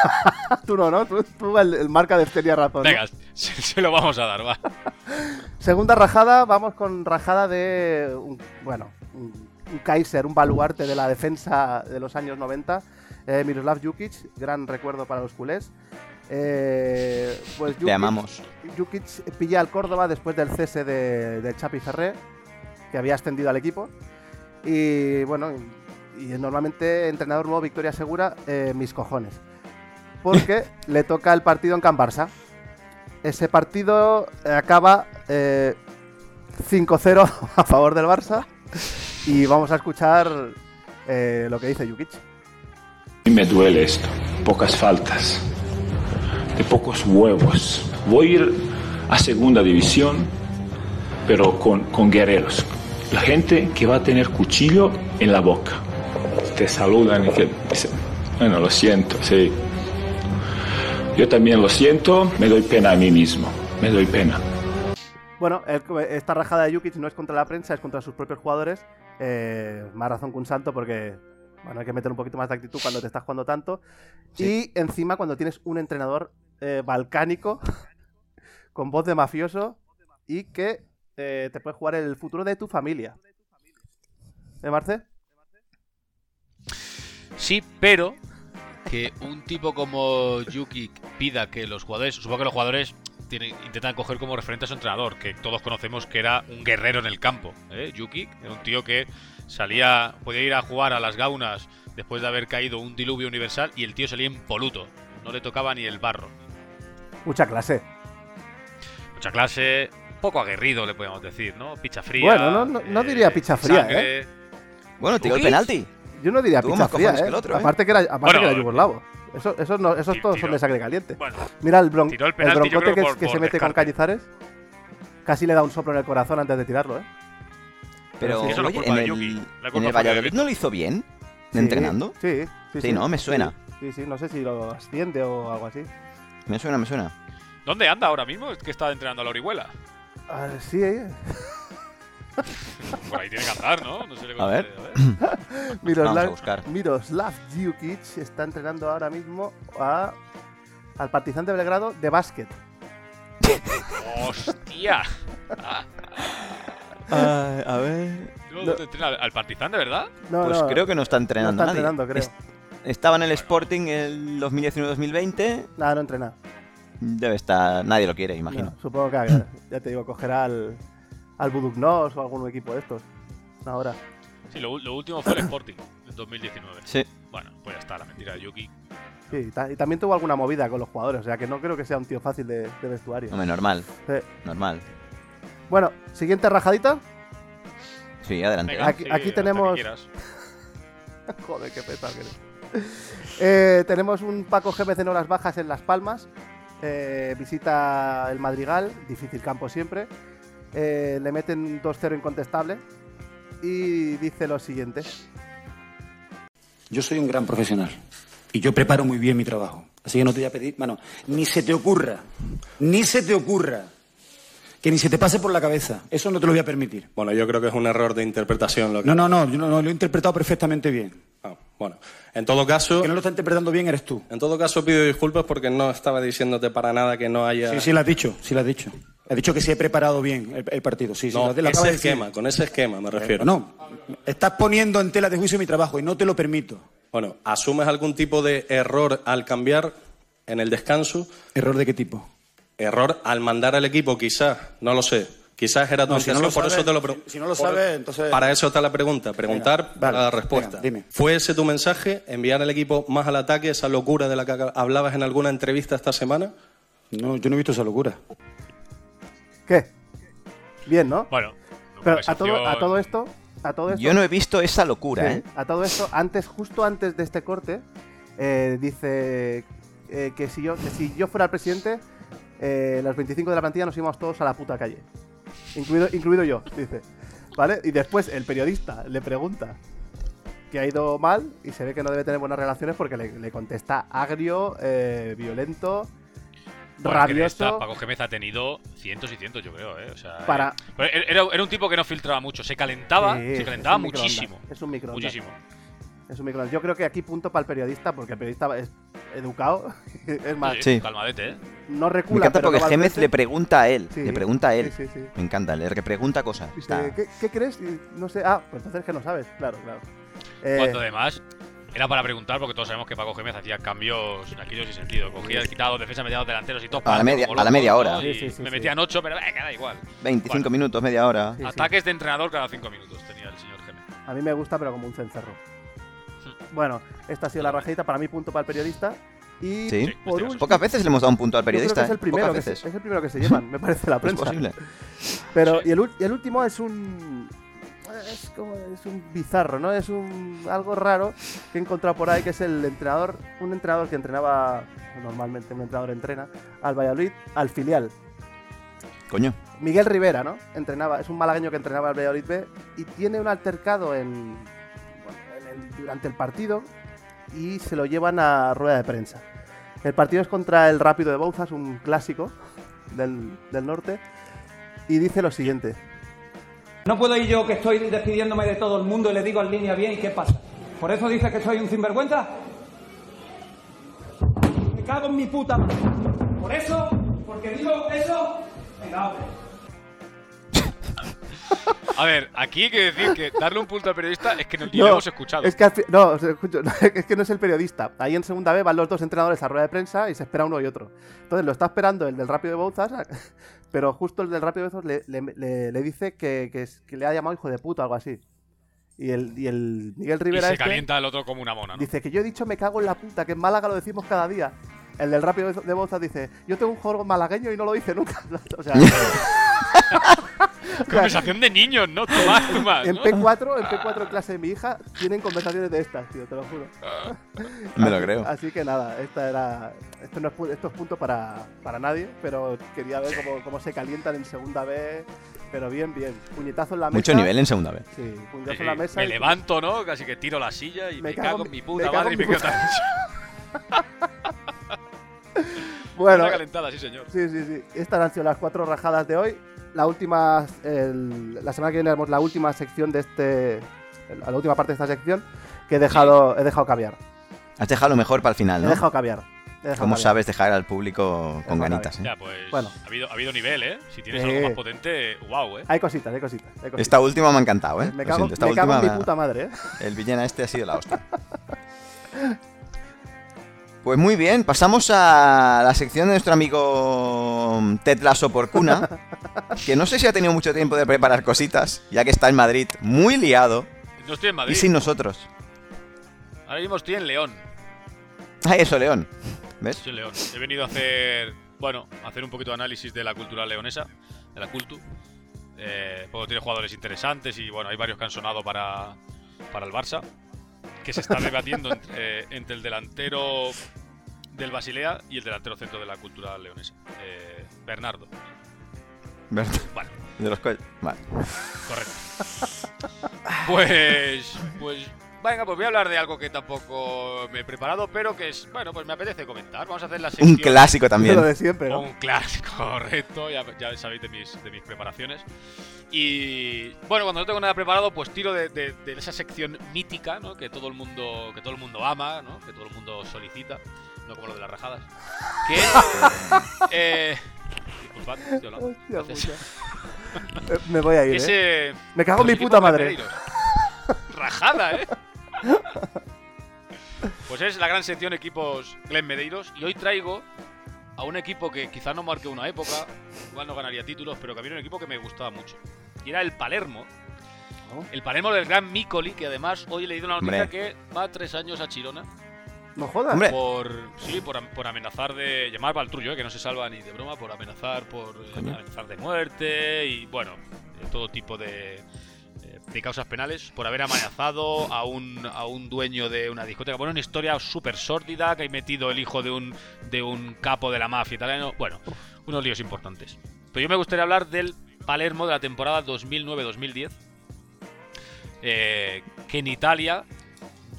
C: tú no, ¿no? Tú, tú el, el marca de tenía razón. ¿no?
D: Venga, se, se lo vamos a dar, va.
C: Segunda rajada, vamos con rajada de un, bueno, un, un Kaiser, un baluarte de la defensa de los años 90, eh, Miroslav Jukic, gran recuerdo para los culés. Eh, pues Jukic,
A: Te amamos.
C: Jukic pilla al Córdoba después del cese de, de Chapi Ferré, que había extendido al equipo. Y bueno, y, y normalmente entrenador nuevo, victoria segura, eh, mis cojones. Porque le toca el partido en Can Barça. Ese partido acaba eh, 5-0 a favor del Barça. Y vamos a escuchar eh, lo que dice Jukic.
E: Y me duele esto. Pocas faltas. De pocos huevos. Voy a ir a segunda división, pero con, con guerreros. La gente que va a tener cuchillo en la boca. Te saludan y que dicen, bueno, lo siento, sí. Yo también lo siento, me doy pena a mí mismo. Me doy pena.
C: Bueno, el- esta rajada de Jukic no es contra la prensa, es contra sus propios jugadores. Eh, más razón que un santo porque bueno, hay que meter un poquito más de actitud cuando te estás jugando tanto. Y encima cuando tienes un entrenador eh, balcánico con voz de mafioso y que eh, te puede jugar el futuro de tu familia. ¿Eh, Marce?
D: Sí, pero que un tipo como Yuki pida que los jugadores, supongo que los jugadores tienen- intentan coger como referente a su entrenador, que todos conocemos que era un guerrero en el campo. ¿eh? Yuki era un tío que salía, podía ir a jugar a las gaunas después de haber caído un diluvio universal y el tío salía impoluto, no le tocaba ni el barro.
C: Mucha clase.
D: Mucha clase, poco aguerrido le podemos decir, ¿no? Picha fría. eh,
C: Bueno, no- no- no diría picha fría, ¿eh?
D: sangre.
A: Bueno, tiró el
D: Ujic.
A: penalti.
C: Yo no diría
A: Tuvo
C: pizza
A: más cojones
C: fría, ¿eh?
A: que el otro, ¿eh?
C: Aparte que era, aparte
D: Bueno,
C: que era yugoslavo. Eso, esos no- esos
D: ti-
C: todos son
D: tiro.
C: de sangre caliente.
D: Bueno,
C: Mira el, bron-
D: Tiró el
C: el,
D: penalti, yo
C: broncote
D: creo,
C: que,
D: por-
C: que
D: por
C: se mete con
D: descarte.
C: Cañizares. Casi le da un soplo en el corazón antes de tirarlo, ¿eh?
A: Pero
D: Sí, eso no es
A: oye,
D: culpa
A: en
D: de
A: el,
D: Yuki. La
A: en
D: culpa
A: el
D: fue de
A: Valladolid
D: Beto.
A: no lo hizo bien.
C: Sí,
A: Entrenando.
C: Sí, sí,
A: Sí, no, me suena.
C: Sí, sí, no sé si lo asciende o algo así.
A: Me suena, me suena.
D: ¿Dónde anda ahora mismo? Es que está entrenando a la orihuela.
C: Ah, sí, eh.
D: Por ahí tiene que andar, ¿no? No sé le
A: A ver. Vamos a
C: Miroslav,
A: buscar.
C: Miroslav Djukic está entrenando ahora mismo a, al Partizan de Belgrado de básquet.
D: ¡Hostia!
A: a ver.
D: No, ¿dónde entrena? ¿Al, al Partizan, de verdad?
C: No,
A: Pues
C: no,
A: creo que no está
C: no
A: entrenando
C: está
A: nadie.
C: entrenando, creo.
A: Es- Estaba en el Sporting el 2019-2020.
C: Nada, no entrena.
A: Debe estar. Nadie lo quiere, imagino.
C: No, supongo que, haga- ya te digo, cogerá al, al Buduknos o algún equipo de estos. Ahora.
D: Sí, lo, lo último fue el Sporting, en 2019.
A: Sí.
D: Bueno, pues ya está, la mentira de Yuki.
C: Sí, y, ta- y también tuvo alguna movida con los jugadores, o sea que no creo que sea un tío fácil de, de vestuario.
A: Hombre, normal.
C: Sí.
A: Normal.
C: Bueno, siguiente rajadita.
A: Sí, adelante.
D: Venga,
C: Aquí-
D: sí,
C: aquí
D: hasta que
C: tenemos-
D: quieras.
C: Joder, qué pesado que eres. Eh, tenemos un Paco Gémez en horas bajas en Las Palmas. Eh, visita el Madrigal, difícil campo siempre. Eh, le meten 2-0 incontestable. Y dice lo siguiente.
F: Yo soy un gran profesional y yo preparo muy bien mi trabajo. Así que no te voy a pedir, mano, ni se te ocurra, ni se te ocurra, que ni se te pase por la cabeza. Eso no te lo voy a permitir.
G: Bueno, yo creo que es un error de interpretación lo que-
F: No, no, no, yo no, no, lo he interpretado perfectamente bien.
G: Ah, bueno, en todo caso,
F: Que no lo está interpretando bien eres tú.
G: en todo caso pido disculpas porque no estaba diciéndote para nada que no haya
F: Sí, sí, lo has dicho, sí lo has dicho. Has dicho que sí he preparado bien el, el partido. Sí, sí,
G: No,
F: lo- lo acabas
G: ese
F: de decir.
G: esquema, con ese esquema me refiero.
F: No, estás poniendo en tela de juicio mi trabajo y no te lo permito.
G: Bueno, ¿asumes algún tipo de error al cambiar en el descanso?
F: ¿Error de qué tipo?
G: Error al mandar al equipo, quizás, no lo sé. Quizás era tu
F: No, si no
G: intención,
F: lo
G: por
F: sabes-
G: eso te lo pregunto.
F: si- si no lo sabes, entonces-
G: Para eso está la pregunta, preguntar
F: Venga,
G: para
F: vale,
G: la respuesta.
F: venga, dime.
G: ¿Fue ese tu mensaje, enviar al equipo más al ataque, esa locura de la que hablabas en alguna entrevista esta semana?
F: No, yo no he visto esa locura.
C: ¿Qué? Bien, ¿no?
D: Bueno,
C: Pero a
D: conversación-
C: todo, a todo esto, a todo esto,
A: Yo no he visto esa
C: sí,
A: locura, ¿eh?
C: a todo esto, antes, justo antes de este corte, eh, dice eh, que si yo, que si yo fuera el presidente, eh, los 25 de la plantilla nos íbamos todos a la puta calle. Incluido, incluido yo, dice. ¿Vale? Y después el periodista le pregunta que ha ido mal y se ve que no debe tener buenas relaciones porque le, le contesta agrio, eh, violento,
D: Bueno, es pues, que de esta,
C: rabioso.
D: Paco Gémez ha tenido cientos y cientos, yo creo, ¿eh? O sea,
C: Para-
D: eh, pero Era, era un tipo que no filtraba mucho, se calentaba,
C: Sí, es
D: se
C: un
D: calentaba
C: microondas,
D: muchísimo.
C: Es un microondas.
D: Muchísimo.
C: Es un microondas. Yo creo que aquí punto para el periodista, porque el periodista es educado. es más,
D: Oye,
A: Sí.
D: Calmadete, ¿eh?
C: no
A: Me
C: recula.
A: encanta
C: pero
A: porque
C: no va al
A: Gémez
C: frente.
A: le pregunta a él.
C: Sí,
A: le pregunta a él.
C: Sí, sí, sí.
A: Me encanta, le repregunta cosas.
C: Dice,
A: Está-
C: ¿qué, qué crees? Y No sé. Ah, pues entonces que no sabes. Claro, claro. Eh,
D: Cuando además era para preguntar, porque todos sabemos que Paco Gémez hacía cambios naquillos sin sentido. Cogía, quitaba dos defensas, metía dos delanteros y todo.
A: A la media- a la media hora.
C: Sí, sí, sí,
D: me
C: sí.
D: metían ocho, pero venga, da igual.
A: 25
D: Bueno.
A: minutos, media hora.
C: Sí, sí.
D: Ataques de entrenador cada cinco minutos tenía el señor Gémez.
C: a mí me gusta, pero como un cencerro. Bueno, esta ha sido la rajadita. Para mí, punto para el periodista. Y
A: Sí.
C: por
D: Sí,
C: último.
A: Pocas veces le hemos dado un punto al periodista.
C: es el
A: ¿eh?
C: primero,
A: Pocas
C: que se,
A: veces.
C: es el primero que se llevan, me parece la
A: Es
C: prensa.
A: posible.
C: Pero,
D: Sí.
C: y, el, ul- y el último es un. Es como. Es un bizarro, ¿no? Es un. Algo raro que he encontrado por ahí, que es el entrenador. Un entrenador que entrenaba. Normalmente un entrenador entrena. Al Valladolid, al filial.
A: Coño.
C: Miguel Rivera, ¿no? Entrenaba. Es un malagueño que entrenaba al Valladolid B. Y tiene un altercado en. bueno, en el- durante el partido. Y se lo llevan a rueda de prensa. El partido es contra el Rápido de Bouzas, un clásico del, del norte. Y dice lo siguiente.
H: No puedo ir yo que estoy despidiéndome de todo el mundo y le digo en línea bien y qué pasa. ¿Por eso dices que soy un sinvergüenza? Me cago en mi puta madre. ¿Por eso? ¿Porque digo eso? Venga, hombre.
D: A ver, aquí hay que decir que darle un punto al periodista es que no, ni lo hemos escuchado.
C: Es que, al fi- no, os escucho- no, es que no es el periodista. Ahí en segunda B van los dos entrenadores a rueda de prensa y se espera uno y otro. Entonces lo está esperando el del Rápido de Bouzas, pero justo el del Rápido de Bouzas le, le- le- le dice que, que es- que le ha llamado hijo de puta o algo así. Y el, y el Miguel
D: y
C: Rivera
D: se
C: este
D: calienta el otro como una mona, ¿no?
C: dice que yo he dicho me cago en la puta, que en Málaga lo decimos cada día. El del Rápido de Bouzas dice, yo tengo un juego malagueño y no lo dice nunca. o sea,
D: Conversación de niños, ¿no? Tomás, Tomás.
C: en
D: ¿no?
C: P4, en P4
D: Ah.
C: en clase de mi hija, tienen conversaciones de estas, tío, te lo juro.
A: Me lo
C: Así-
A: creo.
C: Así que nada, esta era, esto no es, pu- esto es punto para, para nadie, pero quería ver cómo, cómo se calientan en segunda vez. Pero bien, bien. Puñetazo en la mesa.
A: Mucho nivel en segunda vez.
C: Sí,
D: Sí,
C: puñetazo
D: sí.
C: en la mesa.
D: Me
C: y-
D: levanto, ¿no? Casi que tiro la silla y me, cago, en mi puta
C: me cago
D: madre y
C: en
D: me
C: mi
D: quedo tan
C: Bueno,
D: calentada, sí, señor.
C: sí, sí, sí. Estas han sido las cuatro rajadas de hoy. La última, el- la semana que viene haremos la última sección de este, la última parte de esta sección que he dejado, he dejado caviar.
A: Has dejado lo mejor para el final,
C: He
A: Ah, ¿no?
C: dejado caviar. He dejado
A: ¿Cómo
C: caviar.
A: sabes dejar al público con
C: Dejado
A: ganitas? eh?
D: Ya, pues.
C: Bueno.
D: Ha habido, ha habido nivel, ¿eh? Si tienes
C: Sí.
D: algo más potente, wow, ¿eh?
C: Hay cositas, hay cositas. hay cositas.
A: Esta última me ha encantado, ¿eh?
C: me
A: Lo
C: cago,
A: siento, esta
C: me cago
A: última
C: en
A: me
C: mi
A: ha-
C: puta madre, ¿eh?
A: El villana este ha sido la hostia. Pues muy bien, pasamos a la sección de nuestro amigo Ted Lasso por cuna, que no sé si ha tenido mucho tiempo de preparar cositas, ya que está en Madrid muy liado
D: No estoy en Madrid.
A: y sin nosotros.
D: Ahora mismo estoy en León.
A: Ah, eso, León. ¿Ves?
D: Estoy en León. He venido a hacer. Bueno, a hacer un poquito de análisis de la cultura leonesa, de la cultu. Eh, porque tiene jugadores interesantes y bueno, hay varios que han sonado para, para el Barça. Que se está debatiendo entre, eh, entre el delantero del Basilea y el delantero centro de la cultura leonesa, eh, Bernardo.
A: Berta,
D: Vale.
A: De los coll- Vale.
D: Correcto. Pues, pues, venga, pues voy a hablar de algo que tampoco me he preparado, pero que es, bueno, pues me apetece comentar. Vamos a hacer la sección.
A: Un clásico
C: Lo
A: también.
C: de siempre, ¿no?
D: Un clásico, correcto. Ya, ya sabéis de mis, de mis preparaciones. Y bueno, cuando no tengo nada preparado, pues tiro de, de- de esa sección mítica, ¿no? Que todo el mundo, que todo el mundo ama, ¿no? Que todo el mundo solicita, no como lo de las rajadas. Que es, eh, disculpad, estoy hablando.
C: Hostia
D: Gracias.
C: puta. Eh, Me voy a ir,
D: Que
C: ¿eh?
D: se-
C: Me cago en mi
D: los
C: puta
D: equipos
C: madre.
D: brasileiros. Rajada, ¿eh? Pues es la gran sección equipos Glenmedeiros y hoy traigo a un equipo que quizá no marque una época, igual no ganaría títulos, pero que había un equipo que me gustaba mucho. Y era el Palermo.
C: Oh.
D: El Palermo del gran Micoli, que además hoy he leído una noticia
A: Hombre.
D: que va tres años a Chirona
C: No jodas.
A: Hombre.
D: por sí por, am- por amenazar de llamar Baltrullo, eh, que no se salva ni de broma, por amenazar por eh, amenazar de muerte y bueno, eh, todo tipo de eh, de causas penales por haber amenazado a un, a un dueño de una discoteca. Bueno, una historia súper sórdida que hay metido el hijo de un, de un capo de la mafia italiano. Bueno, unos líos importantes. Pero yo me gustaría hablar del Palermo de la temporada 2009-2010, eh, que en Italia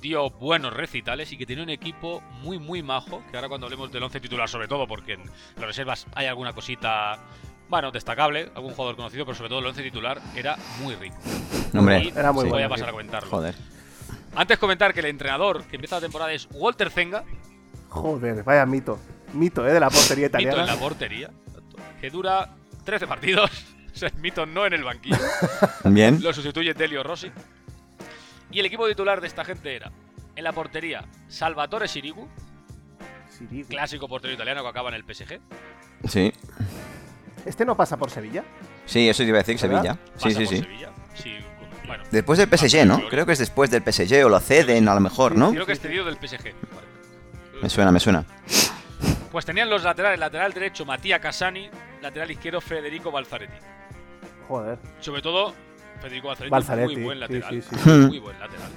D: dio buenos recitales y que tiene un equipo muy, muy majo. Que ahora, cuando hablemos del 11 titular, sobre todo, porque en las reservas hay alguna cosita, bueno, destacable, algún jugador conocido, pero sobre todo el 11 titular era muy rico.
A: Hombre,
D: Y
C: Era muy
D: voy
C: bueno,
D: a pasar
C: sí.
D: a comentarlo.
A: joder.
D: Antes comentar que el entrenador que empieza la temporada es Walter Zenga,
C: Joder, vaya mito. Mito, ¿eh? De la portería
D: mito en la
C: italiana.
D: portería, que dura 13 partidos. O sea, mito no en el banquillo.
A: Bien.
D: Lo sustituye Delio Rossi. Y el equipo titular de esta gente era, en la portería, Salvatore Sirigu,
C: Sirigu.
D: clásico portero italiano que acaba en el PSG.
A: Sí.
C: Este no pasa por Sevilla.
A: Sí, eso te iba a decir, Sevilla.
C: ¿Verdad?
A: Sí,
D: pasa
A: sí,
D: por
A: sí.
D: Sevilla. Sí, bueno,
A: Después del PSG, ¿no? Creo que es después del PSG o lo ceden a lo mejor, ¿no?
D: creo que es cedido del PSG. Vale.
A: Me suena, me suena.
D: Pues tenían los laterales, lateral derecho Matías Casani, lateral izquierdo Federico Balzaretti.
C: Joder.
D: Sobre todo, Federico Balzaretti,
C: Balzaretti,
D: muy buen
C: sí,
D: lateral.
C: sí,
A: sí.
D: Muy buen lateral.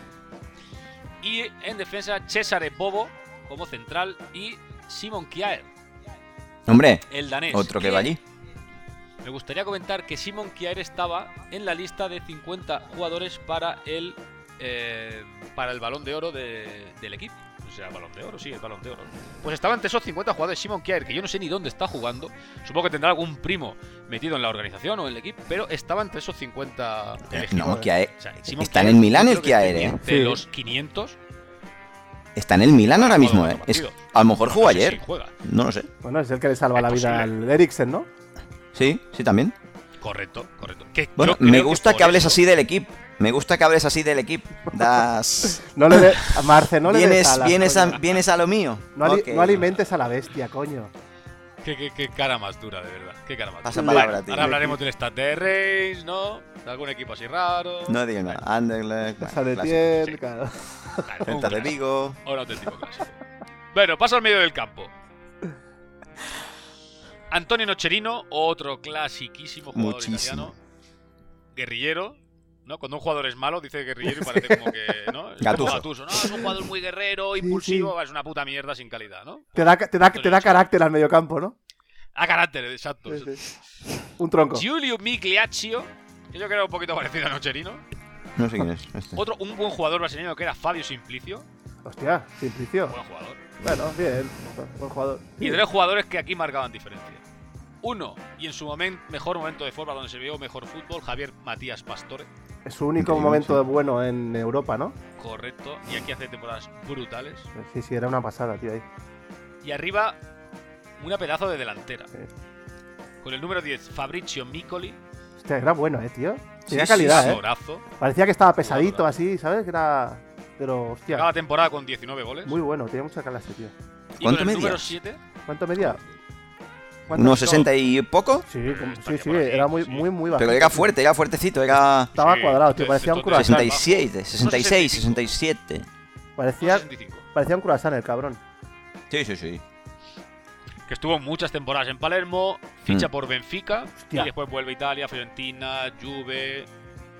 D: Y en defensa, Cesare Bobo como central y Simon Kjaer,
A: Hombre,
D: el danés.
A: otro que va allí.
D: Me gustaría comentar que Simon Kjaer estaba en la lista de 50 jugadores para el eh, para el balón de oro de- del equipo. O sea, balón de oro, sí, el balón de oro. Pues estaba entre esos 50 jugadores Simon Kjaer, que yo no sé ni dónde está jugando. Supongo que tendrá algún primo metido en la organización o en el equipo, pero estaba entre esos 50 elegidos.
A: Eh, No, Kjaer.
D: O sea, Simon
A: Está en
D: Kjaer,
A: el Milán
D: yo
A: el
D: creo que
A: Kjaer, ¿eh?
D: De
C: Sí.
D: los 500.
A: Está en el Milan ahora
D: Bueno,
A: mismo,
D: otro
A: ¿eh? Es-
D: partido.
A: a lo mejor
D: no
A: jugó
D: sé si
A: ayer.
D: juega.
A: No lo sé.
C: Bueno, es el que le salva
D: Es
C: la vida
D: posible.
C: al Eriksen, ¿no?
A: Sí, sí, también.
D: Correcto, correcto. Que
A: Bueno,
D: yo creo
A: me gusta
D: por
A: que hables
D: eso-
A: así del equipo. Me gusta que hables así del equipo. Das.
C: No le de... a Marce, no le des
A: vienes,
C: alas,
A: vienes,
C: coño.
A: a, vienes a lo mío.
C: No, ali-
A: Ok.
C: no alimentes a la bestia, coño.
D: Qué, qué- qué cara más dura, de verdad. Qué cara más
A: Pasa
D: dura.
A: palabra,
D: Bueno,
A: tío.
D: ahora hablaremos del stat de Reigns, ¿no? De algún equipo así raro.
A: No digo nada. Anderlecht. bueno,
C: Sale
A: clásico.
C: bien, claro.
D: Claro,
A: Celta
D: un
A: de
D: clásico.
A: Vigo.
D: Ahora auténtico clásico. Bueno, paso al medio del campo. Antonio Nocherino, otro clasiquísimo jugador
A: Muchísimo.
D: italiano. Guerrillero. ¿No? Cuando un jugador es malo, dice guerrillero y parece como que. ¿no? Es como
A: Gattuso.
D: No, es un jugador muy guerrero, impulsivo, es una puta mierda sin calidad, ¿no?
C: Te da, te da, te da carácter al mediocampo, ¿no?
D: A carácter, exacto. exacto.
C: Un tronco.
D: Giulio Migliaccio, que yo creo que era un poquito parecido a Nocherino.
A: No sé quién es. este.
D: Otro, un buen jugador brasileño que era Fabio Simplicio.
C: Hostia, Simplicio.
D: Buen jugador.
C: Bueno, bien. Buen jugador.
D: Y tres jugadores que aquí marcaban diferencia. Uno, y en su momento mejor momento de forma donde se vio mejor fútbol, Javier Matías Pastore.
C: Es su único
A: Increíble,
C: momento bueno en Europa, ¿no?
D: Correcto. Y aquí hace temporadas brutales.
C: Sí, sí, era una pasada, tío. Ahí.
D: Y arriba, una pedazo de delantera.
C: Sí.
D: Con el número 10, Fabrizio Micoli.
C: Hostia, era bueno, eh, tío. Tenía
A: sí,
C: calidad, eh.
D: Sorazo.
C: Parecía que estaba pesadito
D: Jugador.
C: así, ¿sabes? Que era. Pero, hostia,
D: Acaba temporada con 19 goles.
C: muy bueno, tenía mucha calidad este tío.
D: y con
A: ¿Cuánto
D: el número
A: medías?
D: 7,
C: ¿Cuánto medía? ¿Cuánto?
A: Unos 60 y poco.
C: Sí, como- sí,
D: Estaría
C: sí,
D: por aquí,
C: era muy,
D: sí.
C: muy, muy bajo.
A: Pero era fuerte, era fuertecito. Era
C: Estaba
D: Sí,
C: cuadrado, tío,
D: entonces,
C: parecía un
D: entonces-
C: croissant.
A: 67, 66, 67.
C: Parecía,
D: 65.
C: parecía un croissant el cabrón.
A: Sí, sí, sí.
D: que estuvo muchas temporadas en Palermo, ficha
A: Mm.
D: por Benfica
C: Hostia.
D: y después vuelve a Italia, Fiorentina, Juve.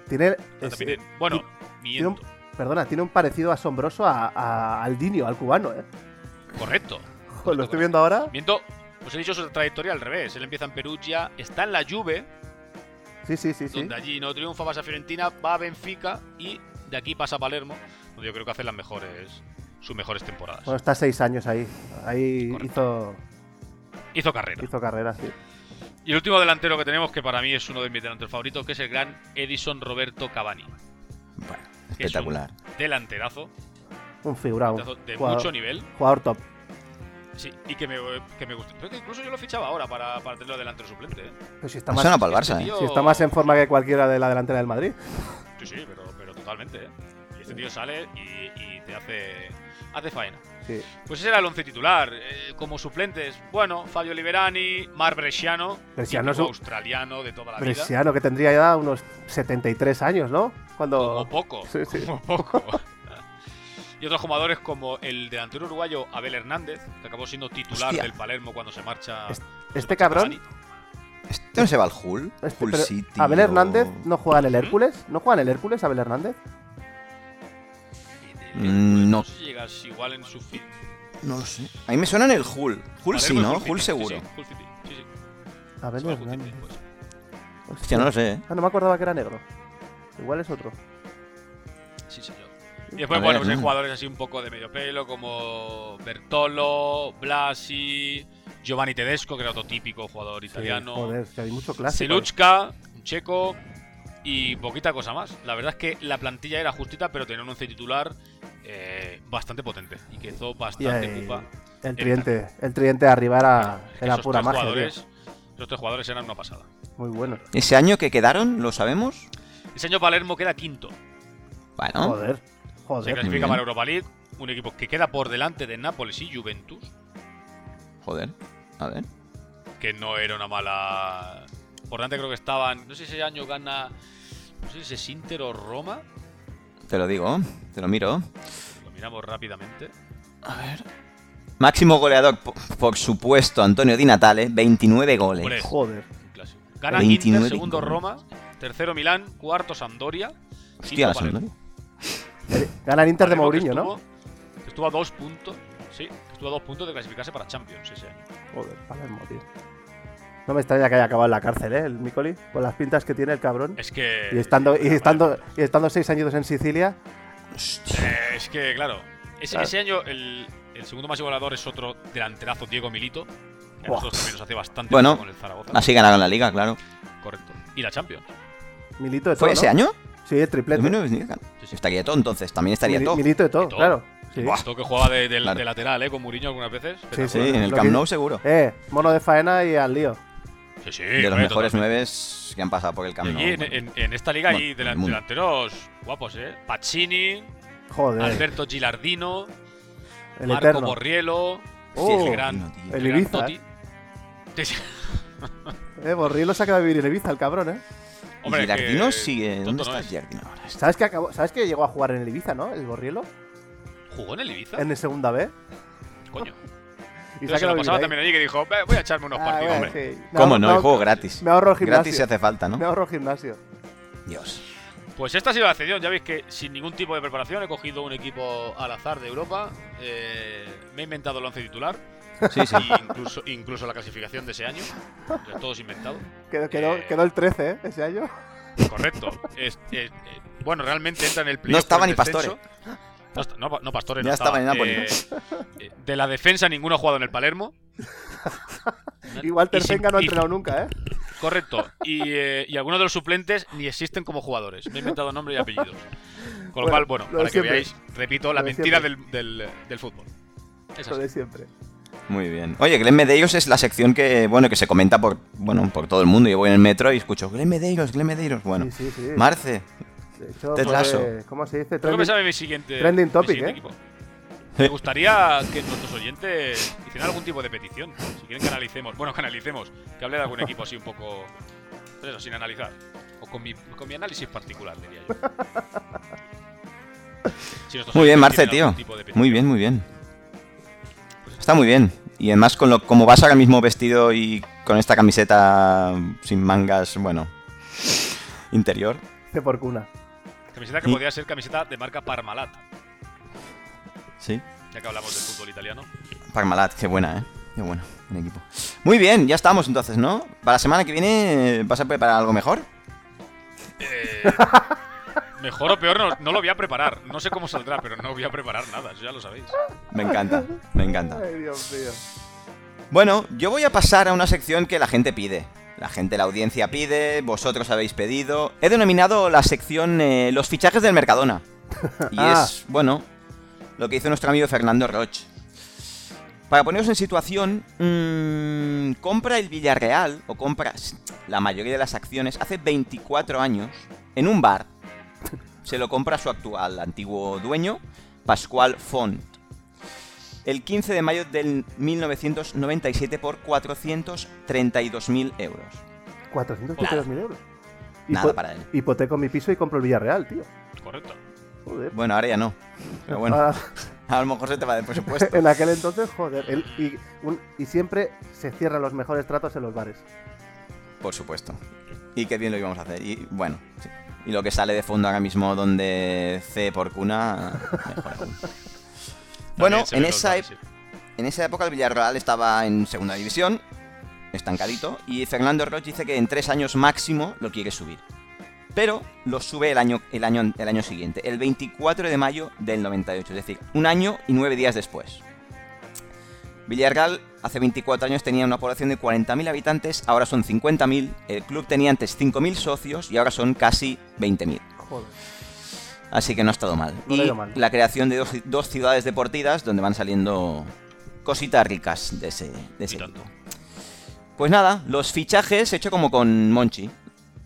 C: Tiene.
D: hasta
C: es-
D: Pite- bueno,
C: tiene un-
D: miento,
C: perdona, tiene un parecido asombroso a, a- al Dinio, al cubano, eh.
D: correcto.
C: Joder, lo estoy viendo ahora.
D: Miento, pues he dicho su trayectoria al revés. Él empieza en Perugia, está en la Juve,
C: Sí, sí, sí, sí.
D: donde allí no triunfa, pasa a Fiorentina, va a Benfica y de aquí pasa a Palermo, donde yo creo que hace las mejores sus mejores temporadas.
C: Bueno, está seis años ahí. Ahí hizo,
D: Correcto. Hizo carrera.
C: hizo carrera, sí.
D: Y el último delantero que tenemos, que para mí es uno de mis delanteros favoritos, que es el gran Edison Roberto Cavani.
A: Bueno,
D: que es un
A: espectacular.
D: Delanterazo,
C: Un figurado.
D: delanterazo de
C: Jugador-
D: mucho nivel.
C: Jugador top.
D: Sí, y que me, que me gusta. Creo que incluso yo lo fichaba ahora para, para tenerlo delante del suplente. ¿eh?
C: Pero si está,
A: Me
C: más,
A: Suena para el Barça,
D: Este
A: eh.
D: tío-
C: si está más en forma que cualquiera de la delantera del Madrid.
D: Sí, sí, pero, pero totalmente. ¿eh? Y este tío sale y, y te hace, hace faena.
C: Sí.
D: Pues ese era el once titular. Eh, como suplentes, bueno, Fabio Liberani, Mar Bresciano,
C: Bresciano
D: típico
C: es un-
D: australiano de toda la vida.
C: Bresciano, que tendría ya unos 73 años, ¿no? Cuando.
D: Como poco.
C: Sí, sí.
D: Como poco. y otros jugadores como el delantero uruguayo Abel Hernández, que acabó siendo titular
A: Hostia.
D: del Palermo cuando se marcha.
C: Este-
D: se
C: este
D: marcha
C: cabrón-
D: Cavani.
A: ¿Este no se va al Hull?
C: Este,
A: Hull
C: pero,
A: City
C: Abel
A: o-
C: Hernández no juega
D: ¿Mm?
C: en el Hércules. ¿No juega en el Hércules, Abel Hernández?
A: Mm, no.
D: sé si llegas igual en su fit.
A: No lo sé. A mí me suena en el Hull. Hull sí,
D: Palermo
A: ¿no?
D: es Hull
A: Hull
D: City, sí,
A: seguro.
D: sí, Hull City, sí, sí.
C: Abel
D: Se va a Hull City pues.
C: Hernández.
D: después.
A: Hostia, no lo sé, ¿eh?
C: Ah, no me acordaba que era negro. Igual es otro.
D: Sí, señor. Y después,
A: A ver,
D: bueno, pues hay
A: ¿no?
D: jugadores así un poco de medio pelo, como Bertolo, Blasi, Giovanni Tedesco, que era otro típico jugador italiano.
C: Joder, que hay mucho clásico.
D: Siluchka, un checo y poquita cosa más. La verdad es que la plantilla era justita, pero tenía un once titular eh, bastante potente y que hizo
C: Y
D: bastante
C: ahí-
D: pupa.
C: el tridente, el tridente de arriba era,
D: Es que
C: eh, era
D: esos
C: pura
D: tres
C: magia.
D: jugadores-
C: tío.
D: Esos tres jugadores eran una pasada.
C: Muy bueno.
A: ¿Ese año que quedaron? ¿Lo sabemos?
D: Ese año Palermo queda quinto.
A: Bueno.
C: Joder,
D: Se
C: joder.
A: que-
D: clasifica
A: bien.
D: para Europa League, un equipo que queda por delante de Nápoles y Juventus,
A: Joder. A ver.
D: que no era una mala. Por delante creo que estaban. No sé si ese año gana. No sé si es Inter o Roma.
A: Te lo digo. Te lo miro.
D: Lo miramos rápidamente.
A: A ver. Máximo goleador, po- por supuesto, Antonio Di Natale. 29 goles.
D: Hombre,
C: Joder.
D: Un clásico. Gana
A: 29
D: Inter, segundo
A: goles.
D: Roma, tercero Milán, cuarto Sampdoria.
A: Hostia, la
D: quinto Palermo.
A: Sampdoria.
C: Gana el Inter de
D: Palermo que
C: Mourinho, ¿no?
D: estuvo- que Estuvo a dos puntos, sí, que estuvo a dos puntos de clasificarse para Champions ese año.
C: Joder, Palermo, tío. No me extraña que haya acabado en la cárcel, ¿eh? El Micoli. Con las pintas que tiene el cabrón.
D: Es que...
C: Y estando, y
D: Vale.
C: estando, y estando seis años en Sicilia.
D: Eh, es que, claro, ese,
C: Claro.
D: ese año el, el segundo máximo goleador es otro delanterazo, Diego Milito. Que a
C: Buah.
D: nosotros también nos hace bastante
A: Bueno,
D: daño con el Zaragoza.
A: Así ganaron la liga, Ah, claro.
D: Correcto. Y la Champions.
C: Milito de todo.
A: ¿Fue ese
C: ¿no?
A: año?
C: Sí, el triplete.
A: 2009.
D: Sí, sí.
A: Estaría todo entonces, también estaría
C: Mili-
A: todo.
C: Milito de todo,
D: Eto'o.
C: claro. Sí.
A: Buah.
D: Esto que jugaba de, del-
A: Claro.
D: de lateral, ¿eh? Con Mourinho algunas veces.
C: Sí,
A: Sí,
C: Bueno,
A: en el
C: lo
A: Camp
C: que-
A: Nou seguro.
C: Eh, mono de faena y al lío.
D: Sí, sí,
A: de los
D: hombre,
A: mejores
D: totalmente.
A: nueves que han pasado por el Camp
D: Eh, Y
A: Nou.
D: allí, en, en- en esta liga hay
A: Bueno, en el mundo.
D: delanteros guapos, ¿eh? Pacini,
C: Joder.
D: Alberto Gilardino,
C: el
D: Marco
C: eterno.
D: Borriello,
C: Oh,
D: el gran,
A: tío.
C: el
D: gran
C: Ibiza,
D: Totti. Sí, sí.
C: Eh, Borriello se acaba de vivir en Ibiza, el cabrón, ¿eh?
A: Y
D: Hombre, que
A: Gilardino sigue. ¿Dónde
D: tonto no
A: está
D: es.
A: Gilardino ahora? Está-
C: ¿Sabes que, acabó, ¿Sabes que llegó a jugar en el Ibiza, no? El Borriello.
D: ¿Jugó en el Ibiza?
C: En el segunda B.
D: Coño.
C: Y quedado
D: Entonces se lo pasaba
C: vivir ahí.
D: también allí que dijo, "Ve, voy a echarme unos
C: Ah,
D: partidos,
C: bueno,
D: hombre.
C: sí. Me
A: ¿Cómo
C: ahor-
A: no?
C: me
A: El
C: ahor-
A: juego gratis.
C: Me ahorro gimnasio.
A: Gratis si hace falta,
C: Me
A: ¿no?
C: ahorro gimnasio.
A: Dios.
D: Pues esta ha sido la cedión, ya veis que sin ningún tipo de preparación he cogido un equipo al azar de Europa, eh, me he inventado el once titular,
A: Sí, sí.
D: e incluso, incluso la clasificación de ese año, Entonces, todo es inventado.
C: Quedó, quedó,
D: Eh.
C: quedó el 13, ¿eh? Ese año.
D: Correcto. Es- es- eh, bueno, realmente entra en el playoff
A: No estaba
D: por
A: ni
D: el descenso.
A: Pastore.
D: No, est- no, pa- no, Pastore.
A: Ya
D: no
A: estaba
D: estaba
A: en Napoli, ¿no?
D: Eh, eh, de la defensa, ninguno ha jugado en el Palermo.
C: Igual
D: Y sin-
C: Tercenga no ha
D: y-
C: entrenado nunca, ¿eh?
D: Correcto. Y, eh, y algunos de los suplentes ni existen como jugadores. Me he inventado nombre y apellidos. Con lo
C: Bueno,
D: cual, bueno,
C: lo de
D: para que
C: siempre.
D: veáis, repito, la
C: Lo de
D: mentira del, del- del fútbol. Es
C: Lo
D: así.
C: de siempre.
A: Muy bien. Oye, Glenn Medeiros es la sección que, bueno, que se comenta por, bueno, por todo el mundo. Yo voy en el metro y escucho Glenn Medeiros, Glenn Medeiros. Bueno,
C: Sí, sí, sí.
A: Marce.
C: De hecho,
A: Ted
C: fue-
A: Lasso.
C: ¿Cómo se dice?
D: Creo que
C: Trending-
D: sabe mi siguiente.
C: trending
D: mi
C: topic,
D: siguiente
C: ¿eh?
D: equipo. Me gustaría que nuestros oyentes hicieran algún tipo de petición. Si quieren que analicemos, bueno, que analicemos, que hable de algún equipo así un poco. pues eso, sin analizar. O con mi, con mi análisis particular, diría yo. Si nuestros
A: Muy bien,
D: oyentes
A: Marce,
D: tienen
A: tío.
D: algún tipo de petición.
A: Muy bien, muy bien. Está muy bien. Y además, con lo, como vas ahora mismo vestido y con esta camiseta sin mangas, bueno, interior.
C: C por cuna.
D: Camiseta que
A: Y-
D: podría ser camiseta de marca Parmalat,
A: Sí.
D: ya que hablamos del fútbol italiano.
A: Parmalat, qué buena, ¿eh? Qué bueno, el equipo. Muy bien, ya estamos entonces, ¿no? Para la semana que viene, eh, ¿vas a preparar algo mejor?
D: Eh, mejor o peor, no, no lo voy a preparar. No sé cómo saldrá, pero no voy a preparar nada, eso ya lo sabéis.
A: Me encanta, me encanta.
C: Ay, Dios mío.
A: Bueno, yo voy a pasar a una sección que la gente pide. La gente, la audiencia pide, vosotros habéis pedido. He denominado la sección eh, Los fichajes del Mercadona. Y
C: Ah.
A: es, bueno, lo que hizo nuestro amigo Fernando Roche. Para poneros en situación, mm, compra el Villarreal, o compras la mayoría de las acciones, hace 24 años, en un bar. Se lo compra su actual antiguo dueño, Pascual Font. el 15 de mayo del 1997 por 432.000 euros.
C: 432.000 euros.
A: Nada
C: Hipo-
A: para él.
C: Hipoteco mi piso y compro el Villarreal, tío.
D: Correcto.
C: Joder.
A: Bueno, ahora ya no. Pero bueno,
C: Ahora-
A: a lo mejor se te va del presupuesto.
C: en aquel entonces, joder. el- y, un- y siempre se cierran los mejores tratos en los bares.
A: Por supuesto. Y qué bien lo íbamos a hacer. Y bueno, sí. y lo que sale de fondo ahora mismo donde C por cuna. mejor aún. bueno,
D: También se
A: en
D: ven los
A: esa,
D: bares,
A: ep-
D: sí.
A: en esa época el Villarreal estaba en segunda división, estancadito, y Fernando Roche dice que en tres años máximo lo quiere subir. Pero lo sube el año, el año, el año siguiente, el 24 de mayo del 98, es decir, un año y nueve días después. Villarreal hace 24 años tenía una población de 40.000 habitantes, ahora son 50.000, el club tenía antes 5.000 socios y ahora son casi 20.000.
C: Joder.
A: Así que no ha estado mal.
C: No
A: y
C: le ha ido mal.
A: la creación de dos, dos ciudades deportivas donde van saliendo cositas ricas de ese, de ese
D: Y tanto.
A: equipo. Pues nada, los fichajes he hecho como con Monchi.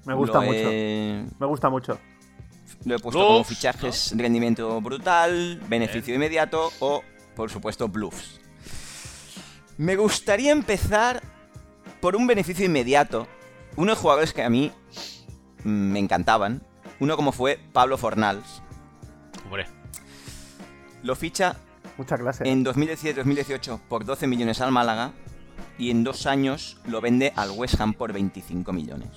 C: Me gusta
A: Lo
C: mucho.
A: he-
C: Me gusta mucho.
A: lo he puesto
D: Bluffs,
A: como fichajes, rendimiento brutal, beneficio inmediato o, por supuesto, bluffs. Me gustaría empezar por un beneficio inmediato. Unos jugadores que a mí mm, me encantaban. Uno como fue Pablo Fornals.
D: Hombre,
A: Lo ficha
C: Mucha clase.
A: en 2017-2018 por 12 millones al Málaga y en dos años lo vende al West Ham por 25 millones.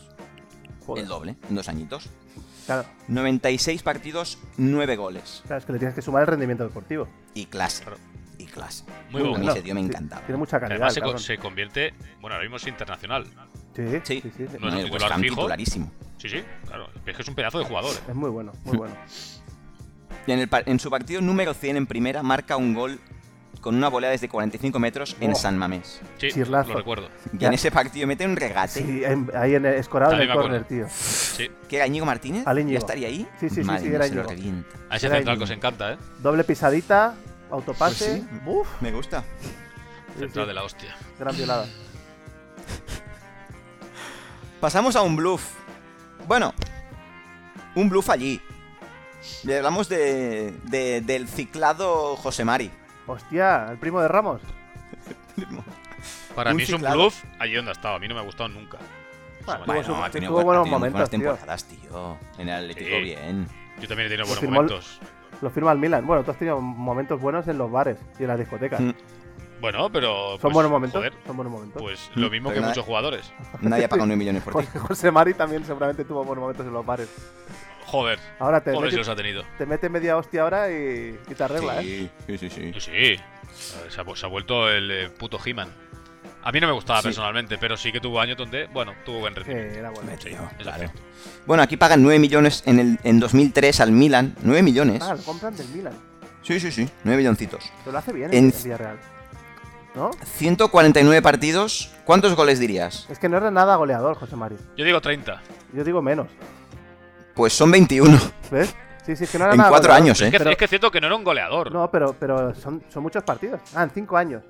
C: Joder.
A: El doble, en dos añitos.
C: Claro,
A: 96 partidos, 9 goles.
C: claro, es que le tienes que sumar el rendimiento deportivo.
A: Y clase.
D: Claro.
A: Y clase.
D: Muy
A: a
D: bueno.
A: mí
C: Claro,
A: ese tío me
C: ti-
A: encantaba.
C: Tiene mucha calidad.
D: además se,
C: cabrón.
D: con- se convierte. Bueno, ahora mismo es internacional.
C: Sí,
A: Sí.
C: sí, sí, sí.
D: No es
A: No,
D: un
A: el West
D: titular
A: Ham
D: fijo.
A: titularísimo.
D: Sí, sí, claro. Es que es un pedazo de jugador. ¿eh?
C: Es muy bueno, muy bueno.
A: Y en, el par- en su partido número 100 en primera marca un gol con una volea desde 45 metros en
C: Oh.
A: San Mamés.
D: Sí,
C: Chirlazo.
D: lo recuerdo.
A: Y
C: Ya.
A: en ese partido mete un regate.
C: Sí, en- ahí en el, escorado en
D: Ahí
C: el
D: me acuerdo.
C: corner, tío.
D: Sí.
A: ¿Que era Íñigo Martínez?
C: Al Íñigo.
A: ¿Ya estaría ahí?
C: Sí, sí, sí,
A: Madre
C: sí,
A: mía,
C: era
A: se lo
C: Íñigo.
A: revienta.
D: A ese
C: Era
D: central
C: ahí.
D: que os encanta, ¿eh?
C: Doble pisadita, autopase.
A: Pues sí.
C: Uf,
A: Me gusta.
D: Central de la hostia.
C: gran violada.
A: Pasamos a un bluff. Bueno, un bluff allí. Le hablamos de, de- del ciclado José Mari.
C: Hostia, el primo de Ramos.
D: Para
A: Un
D: mí es un
A: ciclado.
D: bluff allí donde ha estado. A mí no me ha gustado nunca.
C: Bueno,
D: Vale,
C: su-
A: ha tenido
C: tuvo
A: buen- ha tenido
C: buenos
A: muy
C: momentos,
A: buenas
C: tío.
A: temporadas, tío. En el Atlético
D: Sí.
A: bien.
D: Yo también he tenido buenos
C: firmó el-
D: momentos.
C: Lo firma el Milan. Bueno, tú has tenido momentos buenos en los bares y en las discotecas.
A: Mm.
D: Bueno, pero.
C: Son
D: pues,
C: buenos momentos.
D: joder,
C: Son buenos momentos.
D: pues lo mismo
A: Pero
D: que
A: nada.
D: muchos jugadores.
A: Nadie ha pagado 9 millones por ti.
C: José, José Mari también seguramente tuvo buenos momentos en los bares.
D: Joder.
C: Ahora te,
D: Joder,
C: mete,
D: si los ha tenido.
C: te mete media hostia ahora y, y te arregla, ¿eh?
A: Sí, sí, sí, sí.
D: Sí, sí. A ver, Se ha, vu- se ha vuelto el eh, puto He-Man. A mí no me gustaba
A: Sí.
D: personalmente, pero sí que tuvo años donde, bueno, tuvo buen
C: Sí,
D: rendimiento.
C: era bueno.
A: Hombre, tío,
D: es
A: claro.
D: cierto.
A: Bueno, aquí pagan 9 millones en, el, en 2003 al Milan. 9 millones.
C: Ah, lo compran del Milan.
A: Sí, sí, sí. 9 milloncitos.
C: Pero lo hace bien
A: En-
C: en, en Villarreal. ¿No?
A: 149 partidos. ¿Cuántos goles dirías?
C: Es que no era nada goleador, José Mari.
D: Yo digo 30.
C: Yo digo menos.
A: Pues son 21.
C: ¿Ves? Sí, sí, es que no era
A: En
C: nada
A: 4
C: goleador.
A: años,
D: Es
A: ¿eh?
D: que,
C: Pero-
D: es que es cierto que no era un goleador.
C: No, pero, pero son, son muchos partidos. Ah, en cinco años.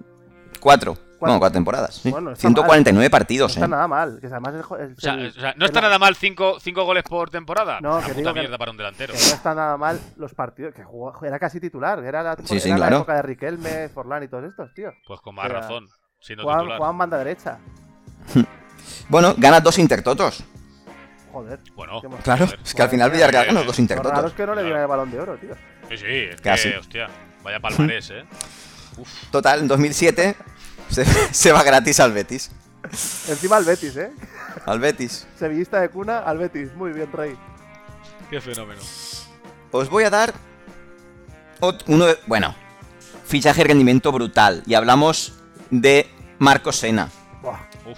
A: 4. Bueno, 4 temporadas. sí.
C: Bueno, está
A: 149
C: No
A: partidos,
C: está
A: ¿eh?
C: nada mal. Que además el, jo- el-
D: O sea,
C: el-
D: o sea, no está
C: que
D: nada mal 5 goles por temporada.
C: No,
D: Una
C: que
D: puta
C: digo que-
D: mierda para un delantero.
C: que no está nada mal los partidos. Que jugó, era casi titular. Era la,
A: Sí, sí,
C: era la
A: claro.
C: época de Riquelme, Forlán y todos estos, tío.
D: Pues con más
C: Era-
D: razón, siendo
C: Jugaban,
D: titular.
C: jugaban banda derecha.
A: Bueno, gana 2 intertotos.
C: Joder.
D: Bueno,
C: qué mo-
A: Claro,
D: Joder.
A: es que al final Villarreal ganó dos
C: Lo raro es
A: intertotos.
C: que no le dieron
D: Claro.
C: el balón de oro, tío.
D: Sí, sí, es
A: Casi.
D: que, hostia, vaya palmarés, ¿eh?
A: Total, en 2007 se, se va gratis al Betis.
C: Encima al Betis, ¿eh?
A: Al Betis.
C: Sevillista de cuna al Betis. Muy bien, Rey.
D: Qué fenómeno.
A: Os voy a dar ot- uno de, bueno, fichaje de rendimiento brutal y hablamos de Marco Sena.
C: Buah,
D: Uf,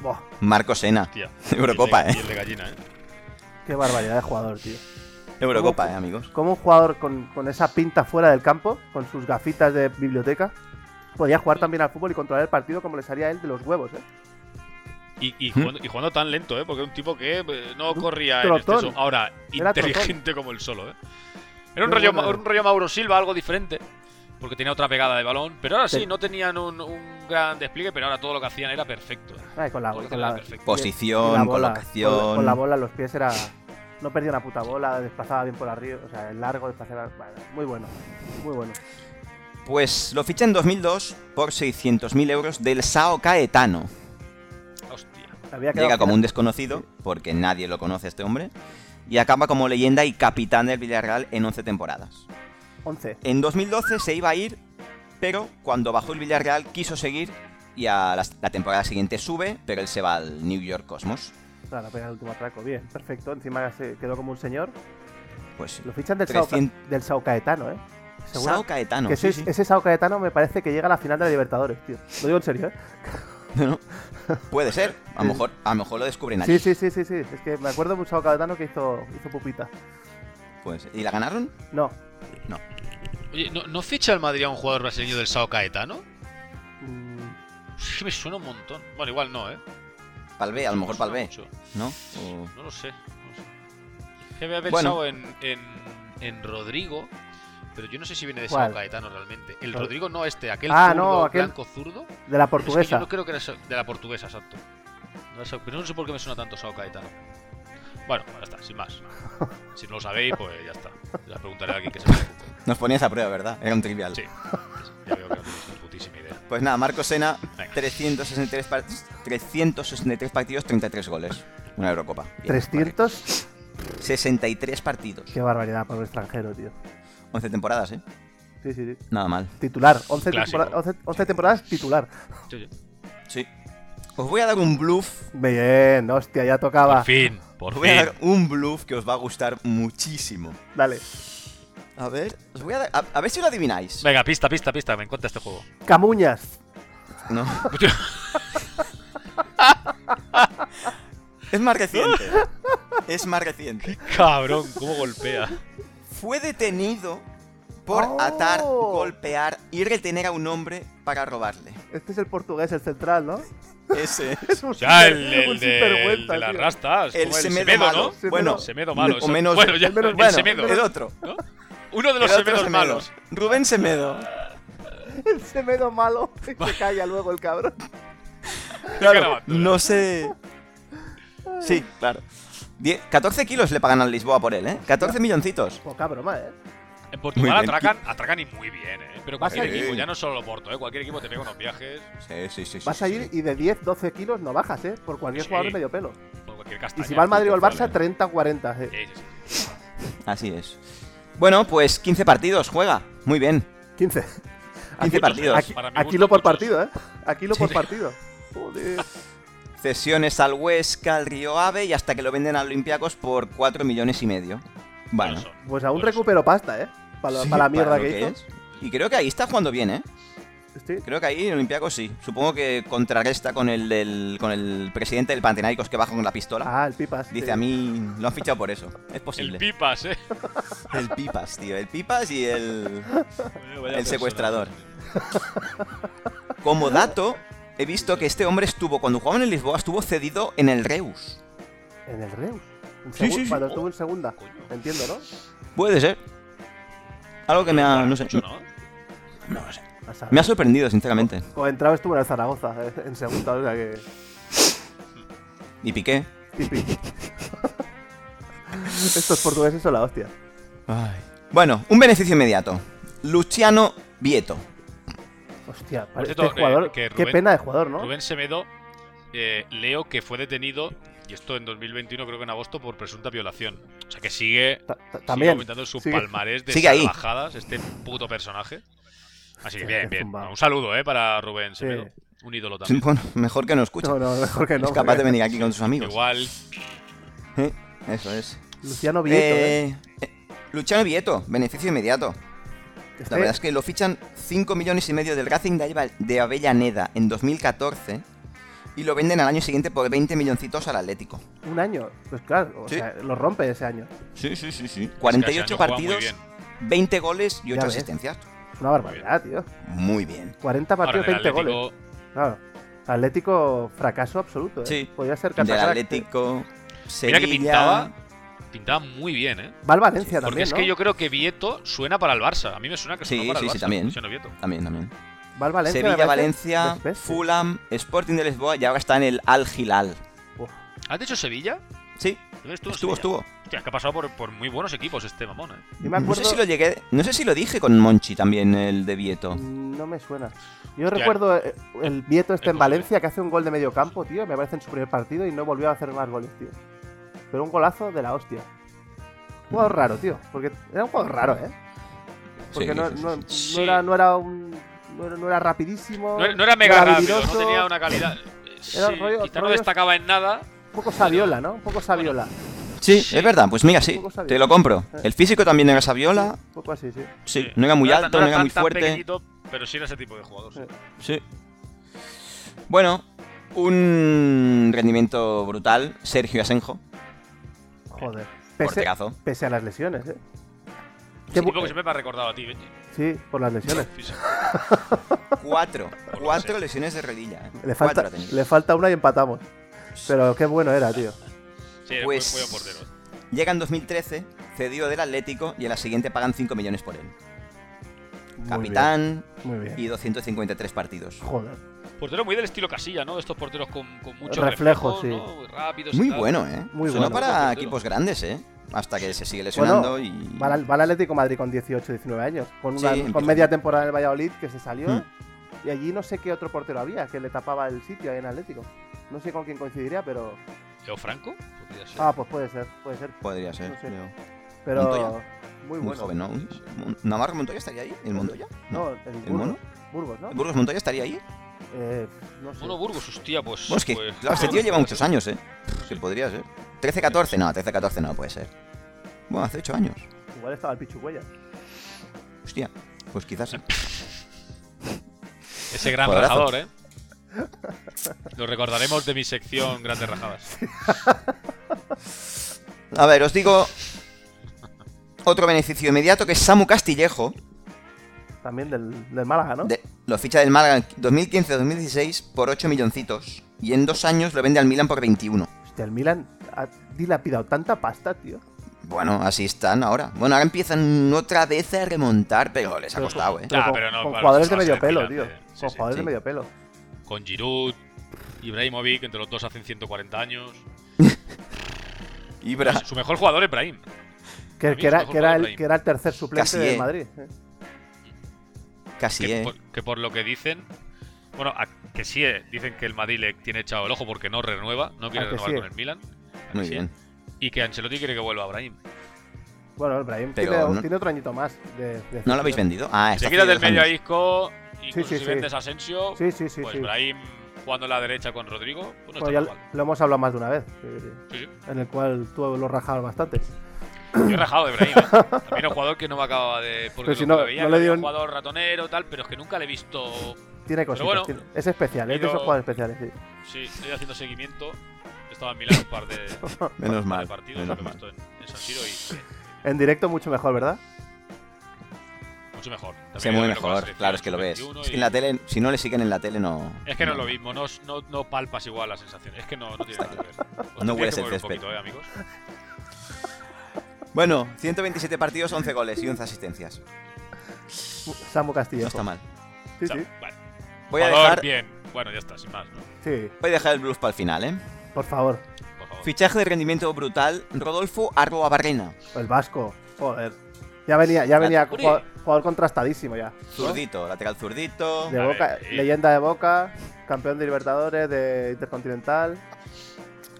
C: buah.
A: Marco Sena.
D: tía.
A: Eurocopa,
D: Y el de-
A: ¿eh?
D: y el de gallina, ¿eh?
C: Qué barbaridad de jugador, tío.
A: Eurocopa, eh, amigos.
C: Como un jugador con, con esa pinta fuera del campo, con sus gafitas de biblioteca, podía jugar también al fútbol y controlar el partido como le salía a él de los huevos, ¿eh?
D: Y, y jugando, y jugando tan lento, ¿eh? Porque era un tipo que eh, no
C: Un
D: corría en
C: trotón.
D: exceso. Ahora,
C: Era
D: inteligente como el solo, ¿eh? Era un
C: Qué
D: rollo,
C: bueno.
D: ma- un rollo Mauro Silva, algo diferente. Porque tenía otra pegada de balón. Pero ahora sí,
C: Sí.
D: no tenían un, un gran despliegue, pero ahora todo lo que hacían era perfecto. ¿eh?
C: Ay, con la,
D: Todo lo que
C: con
D: era
C: la- pues
D: perfecto.
A: Posición,
C: con
A: colocación.
C: Con, con la bola en los pies era. No perdía una puta bola, desplazaba bien por arriba, o sea, el largo, desplazaba. bueno, muy bueno, muy bueno.
A: Pues lo ficha en 2002 por 600.000 euros del Sao Caetano.
D: Hostia.
C: Había quedado
A: Llega como
C: fuera.
A: un desconocido, porque nadie lo conoce a este hombre, y acaba como leyenda y capitán del Villarreal en 11 temporadas.
C: 11.
A: En 2012 se iba a ir, pero cuando bajó el Villarreal quiso seguir y a la, la temporada siguiente sube, pero él se va al New York Cosmos.
C: Claro, pega el último atraco. Bien, perfecto. Encima se quedó como un señor.
A: Pues
C: Lo fichan del, Sao,
A: 300.
C: del Sao Caetano, ¿eh. Segura-
A: Sao Caetano.
C: que
A: sí,
C: ese,
A: sí.
C: ese Sao Caetano me parece que llega a la final de la Libertadores, tío. Lo digo en serio, ¿eh?
A: Puede ser. A lo mejor, a lo, mejor lo descubren allí.
C: Sí, sí, sí, sí, sí. Es que me acuerdo de un Sao Caetano que hizo, hizo pupita.
A: Pues, ¿Y la ganaron?
C: No,
I: Oye, ¿no, ¿no ficha el Madrid a un jugador brasileño del Sao Caetano?
C: mm,
I: Es que me suena un montón. Bueno, igual no, ¿eh?
A: Palvé, a lo mejor
I: Me suena
A: Palvé.
I: mucho.
A: ¿No? O-
I: No lo sé. No lo sé. Es que había pensado
A: Bueno.
I: en, en, en Rodrigo, pero yo no sé si viene de
C: ¿Cuál?
I: Sao Caetano realmente. El
C: Rod-
I: Rodrigo no este, aquel
C: Ah,
I: zurdo,
C: no, aquel-
I: blanco zurdo. Es que
C: de la
I: yo
C: portuguesa.
I: no creo que era Sao- de la portuguesa, exacto. No era Sao- Pero no sé por qué me suena tanto Sao Caetano. Bueno, ya está, sin más. Si no lo sabéis, pues ya está. Ya preguntaré a alguien que se preocupe.
A: Nos ponías a prueba, ¿verdad? Era un trivial.
I: Sí, ya veo que no tenéis ni putísima idea.
A: Pues nada, Marco Sena,
I: Venga.
A: 363, par- 363 partidos, 33 goles. Una Eurocopa. Bien, vale.
C: 300.
A: 63 partidos.
C: Qué barbaridad para un extranjero, tío.
A: 11 temporadas, ¿eh?
C: Sí, sí, sí.
A: Nada mal.
C: Titular. 11,
I: Clásico.
C: tempora- 11 11 temporadas titular.
I: Sí, sí.
A: Sí. Os voy a dar un bluff.
C: Bien, hostia, ya
I: Por
C: tocaba.
I: fin,
A: Os
I: por
A: voy a
I: fin.
A: dar un bluff que os va a gustar muchísimo.
C: Dale.
A: A ver, os voy a dar. A, a ver si lo adivináis.
I: Venga, pista, pista, pista. Me encanta este juego.
C: Camuñas.
A: No. es más reciente. Es más reciente.
D: Cabrón, cómo golpea.
A: Fue detenido por
C: Oh.
A: atar, golpear y retener a un hombre para robarle.
C: Este es el portugués, el central, ¿no?
A: Ese es.
C: Es un,
D: Ya,
C: super-
D: el, el de, el
C: sinvergüenza,
D: de las
C: tío.
D: rastas.
A: El
D: ¿cómo era?
A: semedo malo.
D: ¿no?
C: Semedo.
A: Bueno,
D: Semedo malo.
A: o
D: eso.
A: menos,
D: bueno, ya,
C: el menos
D: el
C: bueno,
D: semedo.
A: el otro.
D: ¿no? Uno de los
A: el otro
D: semedos
A: Semedo.
D: malos.
A: Rubén Semedo.
C: El semedo malo. Se calla luego el cabrón.
A: Claro,
D: Caravaggio.
A: no sé. Sí, claro. Die- 14 kilos le pagan al Lisboa por él, ¿eh? 14 milloncitos.
C: Poca broma, ¿eh?
D: En
A: Muy
D: Portugal
A: bien.
D: atracan, atracan y muy bien, ¿eh? Pero
C: Vas
D: cualquier
A: a ir-
D: equipo, ya no solo lo Porto, ¿eh? Cualquier equipo te pega unos viajes,
A: Sí, sí, sí. sí,
C: Vas a ir y de 10, 12 kilos no bajas, ¿eh? Por cualquier
D: Sí.
C: jugador de medio pelo.
D: por cualquier castaña.
C: Y si va al Madrid o al
D: fútbol,
C: Barça, 30, 40. ¿eh?
D: ¿eh? Sí, sí, sí.
A: Así es. Bueno, pues 15 partidos juega. Muy bien.
C: 15.
A: 15 partidos.
C: Aquí,
D: Para mi
C: aquí
D: gusto,
C: lo por
D: muchos.
C: partido, ¿eh? Aquí lo por partido. Joder.
A: Cesiones al Huesca, al Río Ave y hasta que lo venden a Olympiacos por 4 millones y medio.
D: Bueno,
A: Bueno.
D: son.
C: Pues aún
D: Bueno, son.
C: recupero pasta, ¿eh? Para,
A: sí,
C: la mierda
A: para lo
C: que, hizo.
A: es. Y creo que ahí está jugando bien, ¿eh?
C: Sí.
A: Creo que ahí en Olympiacos sí. Supongo que contrarresta con el, del- con el presidente del Panathinaikos que baja con la pistola.
C: Ah, el pipas.
A: Dice
C: sí.
A: a mí, lo han fichado por eso. Es posible.
D: El Pipas, ¿eh?
A: El Pipas, tío. El Pipas y el,
D: Vaya persona.
A: el secuestrador. Como dato, he visto que este hombre estuvo, cuando jugaba en el Lisboa, estuvo cedido en el Reus.
C: En el Reus. En
A: Sí, sí,
C: segu-
A: Oh, sí.
C: Cuando estuvo en segunda.
D: Coño.
C: Entiendo, ¿no?
A: Puede ser. Algo que me ha, no sé,
D: Mucho, ¿no?
A: no lo sé.
C: A saber.
A: Me ha sorprendido, sinceramente.
C: Cuando entraba estuvo en el Zaragoza, eh, en segunda, o sea que.
A: Y Piqué.
C: Tipi. Estos portugueses son la hostia.
A: Bueno, un beneficio inmediato. Luciano Vieto.
C: Hostia,
D: Por
C: parece
D: cierto,
C: este jugador.
D: eh, que
C: Qué
D: Rubén-
C: pena de jugador, ¿no?
D: Rubén Semedo, eh, leo que fue detenido, y esto en 2021, creo que en agosto, por presunta violación. O sea que sigue,
C: Ta- ta-
D: sigue
C: También.
D: aumentando su
C: Sigue-
D: palmarés de
A: Sigue ahí.
D: salvajadas, este puto personaje. Así que
C: Hostia,
D: bien,
C: qué
D: bien.
C: zumbao.
D: Un saludo, ¿eh? Para Rubén
C: Sí.
D: Semedo. Un ídolo también.
A: Bueno, mejor que no escuche.
C: No, no, mejor que no.
A: es capaz de
C: porque-
A: venir aquí con sus amigos.
D: Igual,
A: Eh, Eso es.
C: Luciano Vieto, eh.
A: Eh, eh, Luciano Vieto, beneficio inmediato.
C: Que
A: La
C: esté-
A: verdad es que lo fichan 5 millones y medio del Racing de Ava- de Avellaneda en 2014 y lo venden al año siguiente por 20 milloncitos al Atlético.
C: Un año. Pues claro, o
A: Sí.
C: sea, lo rompe ese año.
A: Sí, sí, sí, sí.
D: Es que
A: 48
D: ese año juega muy
A: partidos,
D: bien.
A: 20 goles y 8
C: ves.
A: asistencias.
C: Es una barbaridad, tío.
A: Muy bien.
C: 40
D: ahora
C: partidos,
D: en el
C: 20
D: Atlético,
C: goles. Claro. Atlético, fracaso absoluto, ¿eh?
A: Sí.
C: Podría ser
A: Del
C: catacrack.
A: Atlético, Sevilla...
D: Mira que pintaba, pintaba muy bien, ¿eh?
C: Va al Valencia
D: Porque
C: también,
D: es
C: ¿no?
D: que yo creo que Vieto suena para el Barça. A mí me suena que
A: Sí,
D: suena para
A: sí,
D: el Barça.
A: sí, también.
D: suena Vieto.
A: También, también.
C: Va al Valencia. me
A: Sevilla,
C: parece,
A: Valencia,
C: dos veces.
A: Fulham, Sporting de Lisboa y ahora está en el Al Hilal.
C: Uf,
D: ¿Has dicho Sevilla?
A: Sí,
D: Primero en
A: estuvo,
D: Sevilla.
A: estuvo.
D: Hostia, es que ha pasado por, por muy buenos equipos este mamón, ¿eh?
C: Yo me
A: No
C: acuerdo.
A: sé si lo llegué. No sé si lo dije con Monchi también, el de Vieto.
C: Mm, No me suena. Yo recuerdo eh, el Vieto este en Valencia que hace un gol de medio campo, tío. Me parece en su primer partido y no volvió a hacer más goles, tío. Pero un golazo de la hostia. Un jugador raro, tío. Porque era un jugador raro, ¿eh? Porque
A: Sí,
C: no,
A: sí, sí,
C: no-
A: sí.
C: no
D: Sí.
C: era, no era un. No era, no era rapidísimo.
D: No, era- no era mega rápido,
C: Oh, habilidoso,
D: no tenía una calidad. eh, Sí,
C: Era rollo-
D: quizá no
C: rollo-
D: destacaba en nada.
C: Un poco sabiola, ¿no? Un poco sabiola.
A: Sí, es verdad. Pues mira, sí,
C: Tampoco sabía.
A: te lo compro. El físico también era Saviola.
C: Un poco así, sí.
A: Sí, no era muy
D: tan-
A: alto, no era
D: tan-
A: muy
D: tan
A: fuerte.
D: pequeñito, pero sí era ese tipo de jugador. sí.
A: Sí. Bueno, un rendimiento brutal. Sergio Asenjo,
C: Joder. Pese,
A: porterazo.
C: pese a las lesiones, ¿eh? Qué
D: Ese
C: bu-
D: tipo que siempre me ha recordado a ti, Benji.
C: Sí, por las lesiones.
D: Físico.
A: Cuatro.
D: que
A: Cuatro
D: sea.
A: lesiones de rodilla. ¿eh?
C: Le
A: Cuatro
C: falta,
A: ha tenido.
C: le falta una y empatamos. Pero qué bueno era, tío.
D: Sí, era
A: Pues-
D: muy, muy buen portero. eh.
A: Llega en 2013, cedido del Atlético y en la siguiente pagan 5 millones por él.
C: Muy
A: Capitán
C: bien, Muy bien.
A: y 253 partidos.
C: Joder.
D: Portero muy del estilo casilla, ¿no? De estos porteros con, con muchos
C: Reflejos,
D: reflejos,
C: sí.
D: ¿no? Muy rápidos. y
A: Muy
D: tal.
A: bueno, ¿eh?
C: Muy
A: Sonó
C: bueno.
A: para equipos grandes, ¿eh? Hasta que se sigue lesionando y...
C: Va al, va al Atlético de Madrid con 18, 19 años. Con, una-
A: Sí,
C: con
A: empieza.
C: media temporada en el Valladolid que se salió.
A: Hmm.
C: Y allí no sé qué otro portero había que le tapaba el sitio ahí en Atlético. No sé con quién coincidiría, pero.
D: Leo Franco, podría ser.
C: Ah, pues puede ser, puede ser.
A: Podría ser,
C: No sé.
A: creo.
C: Pero.
A: Montoya.
C: Muy
A: Muy
C: bueno.
A: joven, ¿no? Mon- ¿Navarro Montoya estaría ahí? ¿El Montoya?
C: No,
A: No.
C: el, Burgos,
A: mono?
C: Burgos, ¿no?
A: ¿Burgos Montoya estaría ahí?
C: Eh, no sé.
D: Mono Burgos, hostia, pues.
A: Bueno, es que,
D: pues-
A: claro, este tío lleva muchos años, ¿eh? Sí, podría ser. 13-14, no, 13-14 no puede ser. Bueno, hace 8 años.
C: Igual estaba el Pichuguella.
A: Hostia, pues quizás sí.
D: Ese gran
A: Jugadorazo.
D: rajador, ¿eh? Lo recordaremos de mi sección Grandes Rajadas.
A: A ver, os digo otro beneficio inmediato que es Samu Castillejo.
C: También del, del Málaga, ¿no?
A: de- lo ficha del Málaga en 2015-2016 por 8 milloncitos. Y en dos años lo vende al Milan por 21.
C: Hostia, el Milan ha dilapidado tanta pasta, tío.
A: Bueno, así están ahora. Bueno, ahora empiezan otra vez a remontar, pero les ha
C: Pero-
A: costado, ¿eh?
D: Ah,
C: con,
D: pero no,
C: con
D: claro,
C: jugadores de
D: eso va a
C: medio
D: ser
C: pelo, tío.
D: Milan, eh. Sí,
C: con
D: sí,
C: jugadores de
A: sí.
C: medio pelo.
D: Con Giroud, Ibrahimovic, entre los dos hacen 140 años.
A: Ibra.
D: Su mejor jugador, Ibrahim.
C: Que,
D: mí
C: que
D: es
C: era,
D: mejor
C: que, era
D: jugador
C: el, que era el tercer suplente
A: Casi,
C: de
A: eh.
C: Madrid. eh.
A: Casi,
D: que,
A: ¿eh?
D: por, que por lo que dicen. Bueno, a- que sí, eh, dicen que el Madrid le tiene echado el ojo porque no renueva, no quiere
C: A Ah, que
D: renovar
C: sí.
D: con el Milan. A que
A: Muy
D: sí. eh.
A: bien.
D: Y que Ancelotti quiere que vuelva Ibrahim.
C: Bueno, el Brahim
A: Pero
C: tiene,
A: no-
C: tiene otro añito más. De, de-
A: ¿No lo habéis vendido? Ah,
D: Si
A: está
D: te quitas
A: hace
D: del
A: dos
D: medio a
A: años.
D: Isco, incluso
C: sí,
D: si
C: sí.
D: vendes a Asensio,
C: Sí, sí, sí.
D: pues
C: sí.
D: Ibrahim jugando a la derecha con Rodrigo, pues no
C: Bueno,
D: está
C: ya
D: mal.
C: lo hemos hablado más de una vez. eh,
D: Sí, sí.
C: En el cual tú lo rajabas bastante.
D: Yo he rajado de Brahim. ¿eh? También era un jugador que no me acababa de. Porque
C: Pero si
D: lo que
C: no-
D: veía
C: no
D: que
C: le
D: era
C: dio
D: un
C: un-
D: jugador ratonero, tal, pero es que nunca le he visto.
C: Tiene cositas.
D: bueno,
C: tiene- es especial, es de
D: pero-
C: esos jugadores especiales. Sí.
D: Sí, estoy haciendo seguimiento. Estaba en Milán un par de,
A: Menos
D: par de
A: mal.
D: partidos, lo
A: Menos
D: que he
A: mal.
D: visto en, en San Siro y
C: En directo mucho mejor, ¿verdad?
D: mucho mejor. También
A: Se
D: yo
A: mueve
D: creo que con la
A: mejor,
D: selección
A: claro, es que lo ves.
D: 21
A: Es que
D: y-
A: en la tele, si no le siguen en la tele, no.
D: Es que no es lo mismo, no, no, no palpas igual la sensación. Es que no, no tiene nada que ver. Os
A: No
D: tendríais
A: hueles
D: que
A: el
D: mover un
A: césped.
D: poquito, ¿eh, amigos?
A: Bueno, 127 partidos, 11 goles y 11 asistencias.
C: Samu Castillo.
A: No está mal.
C: Sí,
D: O sea,
C: sí.
D: vale.
A: Voy a
D: Jugador,
A: dejar,
D: bien. Bueno, ya está, sin más, ¿no?
C: Sí,
A: voy a dejar el blues para el final, ¿eh?
C: por favor.
D: Por favor.
A: Fichaje de rendimiento brutal, Rodolfo Arroa Barrena.
C: El Vasco. Joder. Ya venía, ya venía
A: Hombre.
C: jugador, jugador contrastadísimo ya.
A: Zurdito, lateral zurdito.
C: De
D: A ver,
C: Boca,
D: y-
C: leyenda de Boca, campeón de Libertadores, de Intercontinental.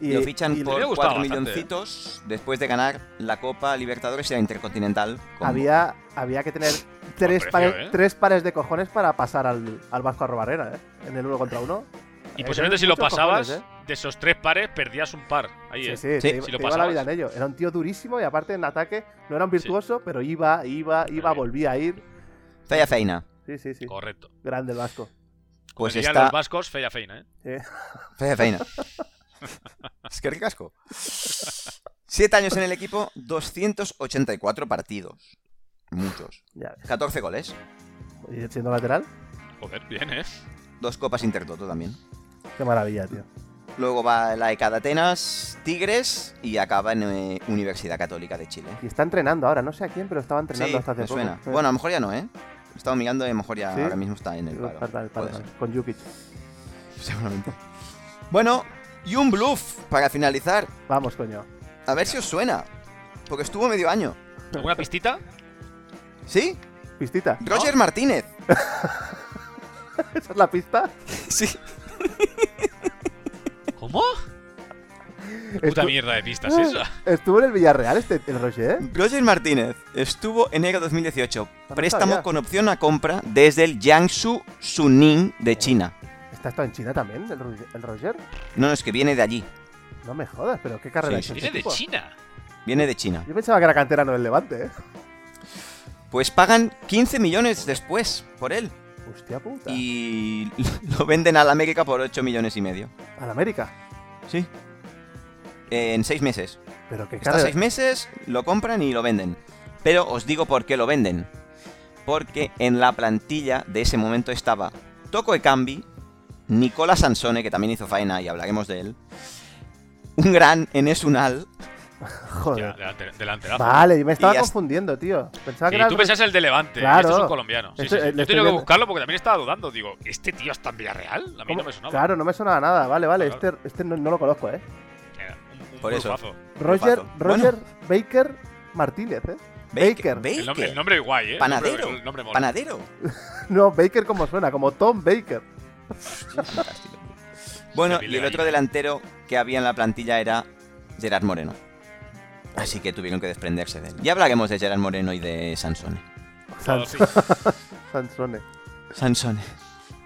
A: lo fichan
C: y
D: le
A: por
D: gustaba
A: 4
D: bastante, ¿eh?
A: milloncitos después de ganar la Copa Libertadores y la Intercontinental. con-
C: había, había que tener tres,
D: precio,
C: pares,
D: ¿eh?
C: tres pares de cojones para pasar al, al Vasco Arrobarena, ¿eh? En el uno contra uno.
D: Y
C: Eh,
D: posiblemente
C: tenés
D: si lo
C: muchos
D: pasabas,
C: cojones, ¿eh?
D: de esos tres pares perdías un par. Ahí,
C: Sí,
D: ¿eh?
C: sí,
A: Sí.
C: te, iba-
D: Si lo
C: te iba la
D: pasabas.
C: vida en ello. Era un tío durísimo y aparte en ataque no era un virtuoso, pero iba, iba, iba,
D: bien.
C: volvía a ir.
A: Falla feina.
C: Sí, sí, sí.
D: Correcto.
C: Grande el Vasco.
A: Pues
D: Dirían
A: está.
D: los vascos, fea feina, ¿eh?
A: Falla feina. es que ricasco. Siete años en el equipo, 284 partidos. Muchos.
C: Ya,
A: 14 goles.
C: y siendo lateral,
D: Joder, bien, ¿eh?
A: Dos copas Intertoto también.
C: qué maravilla, tío.
A: Luego va la ECA de Atenas, Tigres y acaba en eh, Universidad Católica de Chile.
C: Y está entrenando ahora, no sé a quién, pero estaba entrenando
A: Sí,
C: hasta hace
A: me
C: poco.
A: suena.
C: Eh,
A: Bueno, a lo mejor ya no, ¿eh? He estado mirando y a lo mejor ya
C: ¿Sí?
A: ahora mismo está en el
C: Para-
A: paro.
C: para- para-
A: Puede ser,
C: con Jukic.
A: seguramente. Bueno, Y un bluff para finalizar.
C: Vamos, coño.
A: A ver si os suena. Porque estuvo medio año.
I: ¿Alguna pistita?
A: ¿Sí?
C: Pistita.
A: Roger Martínez.
C: ¿Esa es la pista?
A: Sí.
I: ¿Cómo? Puta
C: Estu-
I: mierda de pistas esa.
C: Estuvo en el Villarreal este, el Roger.
A: Roger Martínez estuvo en enero 2018.
C: no
A: Préstamo
C: sabía.
A: con opción a compra desde el Jiangsu Suning de China.
C: ¿Está estado en China también, el, Ro- el Roger?
A: No, no, es que viene de allí.
C: No me jodas, pero qué carrera
A: Sí,
C: ha hecho
A: sí.
C: este
I: Viene de
C: tipo?
I: China.
A: Viene de China.
C: Yo pensaba que era canterano del Levante, eh.
A: Pues pagan 15 millones después por él.
C: Hostia puta.
A: Y lo venden a la América por 8 millones y medio.
C: Al América.
A: Sí. En 6 meses.
C: Pero qué
A: Cada
C: carrera.
A: 6 meses lo compran y lo venden. Pero os digo por qué lo venden. Porque en la plantilla de ese momento estaba Toco Ekambi, Nicola Sansone, que también hizo faena y hablaremos de él, un gran Enesunal.
I: Ya,
C: Joder.
I: delante, delanterazo.
C: Vale, yo me estaba
A: Y ya-
C: confundiendo, tío. Pensaba que
I: Sí,
C: era.
I: tú
C: el-
I: pensás el de Levante.
C: Claro.
I: Este es un colombiano. Sí,
C: Este-
I: sí, sí.
C: le
I: Yo he
C: estoy
I: tenido que
C: viendo.
I: buscarlo porque también estaba dudando. Digo, ¿este tío está en Villarreal? A mí
C: ¿Cómo?
I: no me sonaba.
C: Claro, no me sonaba nada. Vale, vale.
I: Claro.
C: Este, este no, no lo conozco, eh.
I: Era un- un
A: Por eso.
I: grupazo.
C: Roger,
A: Lupazo.
C: Roger Baker Martínez, eh. Baker.
I: El nombre, el nombre guay, ¿eh? El nombre-
A: Panadero.
I: El nombre mola.
A: Panadero.
C: No, Baker como suena, como Tom Baker.
A: Fantástico. Bueno,
I: Qué
A: y el otro
I: gallina.
A: delantero que había en la plantilla era Gerard Moreno. Así que tuvieron que desprenderse de él. Ya hablaremos de Gerard Moreno y de Sansone.
I: Claro, sí.
C: Sansone.
A: Sansone.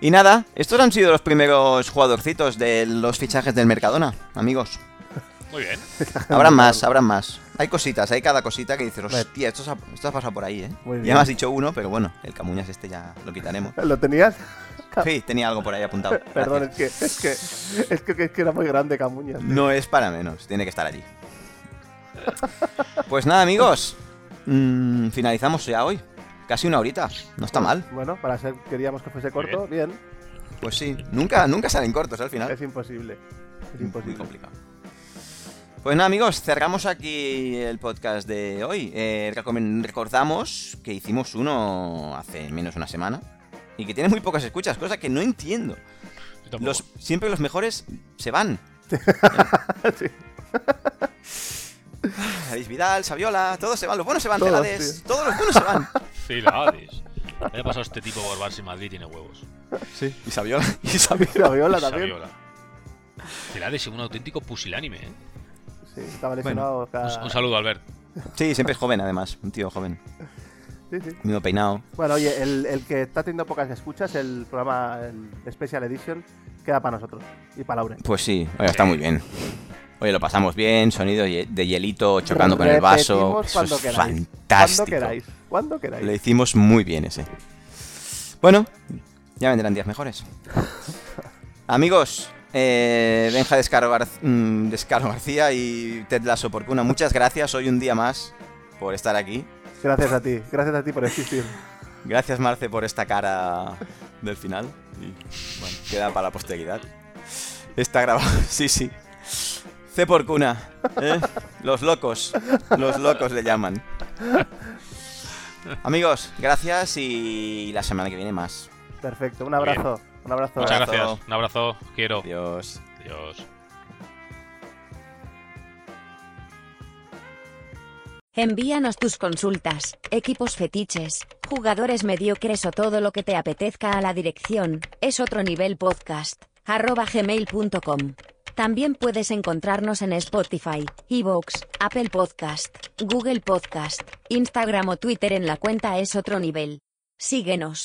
A: Y nada, estos han sido los primeros jugadorcitos de los fichajes del Mercadona, amigos.
I: Muy bien.
A: Habrán más, habrán más. Hay cositas, hay cada cosita que dices, hostia, esto, se ha- esto ha pasado por ahí, ¿eh?
C: Muy
A: Ya
C: bien.
A: me has dicho uno, pero bueno, el Camuñas este ya lo quitaremos.
C: ¿Lo tenías?
A: Sí, tenía algo por ahí apuntado. Gracias.
C: Perdón, es que, es que es que es que era muy grande Camuñas. tío.
A: No es para menos, tiene que estar allí. Pues nada, amigos. mm, finalizamos ya hoy. Casi una horita. No está mal.
I: Mm.
C: Bueno, para ser queríamos que fuese corto, bien.
A: Pues sí. Nunca, nunca salen cortos al
I: Ah.
A: final.
C: Es imposible. Es
A: Muy
C: imposible.
A: complicado. Pues nada, amigos, cerramos aquí el podcast de hoy. Eh, recomen- recordamos que hicimos uno hace menos de una semana y que tiene muy pocas escuchas, cosa que no entiendo.
I: Yo tampoco.
A: Los, siempre los mejores se van.
C: Sí.
A: David Vidal, Saviola, todos se van. Los buenos se van,
C: Todos,
A: Celades, todos los buenos se van.
I: Filades. Haya pasado este tipo por Barça y Madrid tiene huevos.
A: Sí. Y Saviola. Y
C: Y la viola también.
I: Saviola. Filades es un auténtico pusilánime, ¿eh?
C: Sí, estaba lesionado. cada-
I: Un, un saludo, Albert.
A: Sí, siempre es joven, además. Un tío joven.
C: Sí, sí.
A: Mismo peinado.
C: Bueno, oye, el, el que está teniendo pocas escuchas, el programa el Special Edition, queda para nosotros y para Lauren.
A: Pues sí, oye, está muy bien. Oye, lo pasamos bien, sonido ye- de hielito chocando con el vaso.
C: Repetimos
A: Eso es
C: queráis.
A: fantástico.
C: Cuando queráis. Cuando queráis.
A: Lo hicimos muy bien ese. Bueno, ya vendrán días mejores. Amigos, eh, Benja Descaro, Gar- mm, Descaro García y Ted Lasso Porcuna, muchas gracias hoy un día más por estar aquí.
C: Gracias a ti. Gracias a ti por existir.
A: Gracias, Marce, por esta cara del final. Y bueno, queda para la posteridad. Está grabado, sí, sí. C por cuna. ¿eh? Los locos. Los locos le llaman. Amigos, gracias y la semana que viene más.
C: Perfecto. Un abrazo. Un abrazo.
I: Muchas
A: abrazo.
I: gracias. Un abrazo. Os Quiero.
A: Adiós.
I: Adiós.
J: Envíanos tus consultas, equipos fetiches, jugadores mediocres o todo lo que te apetezca a la dirección es otro nivel podcast arroba gmail.com. También puedes encontrarnos en Spotify, Evox, Apple Podcast, Google Podcast, Instagram o Twitter en la cuenta es otro nivel. Síguenos.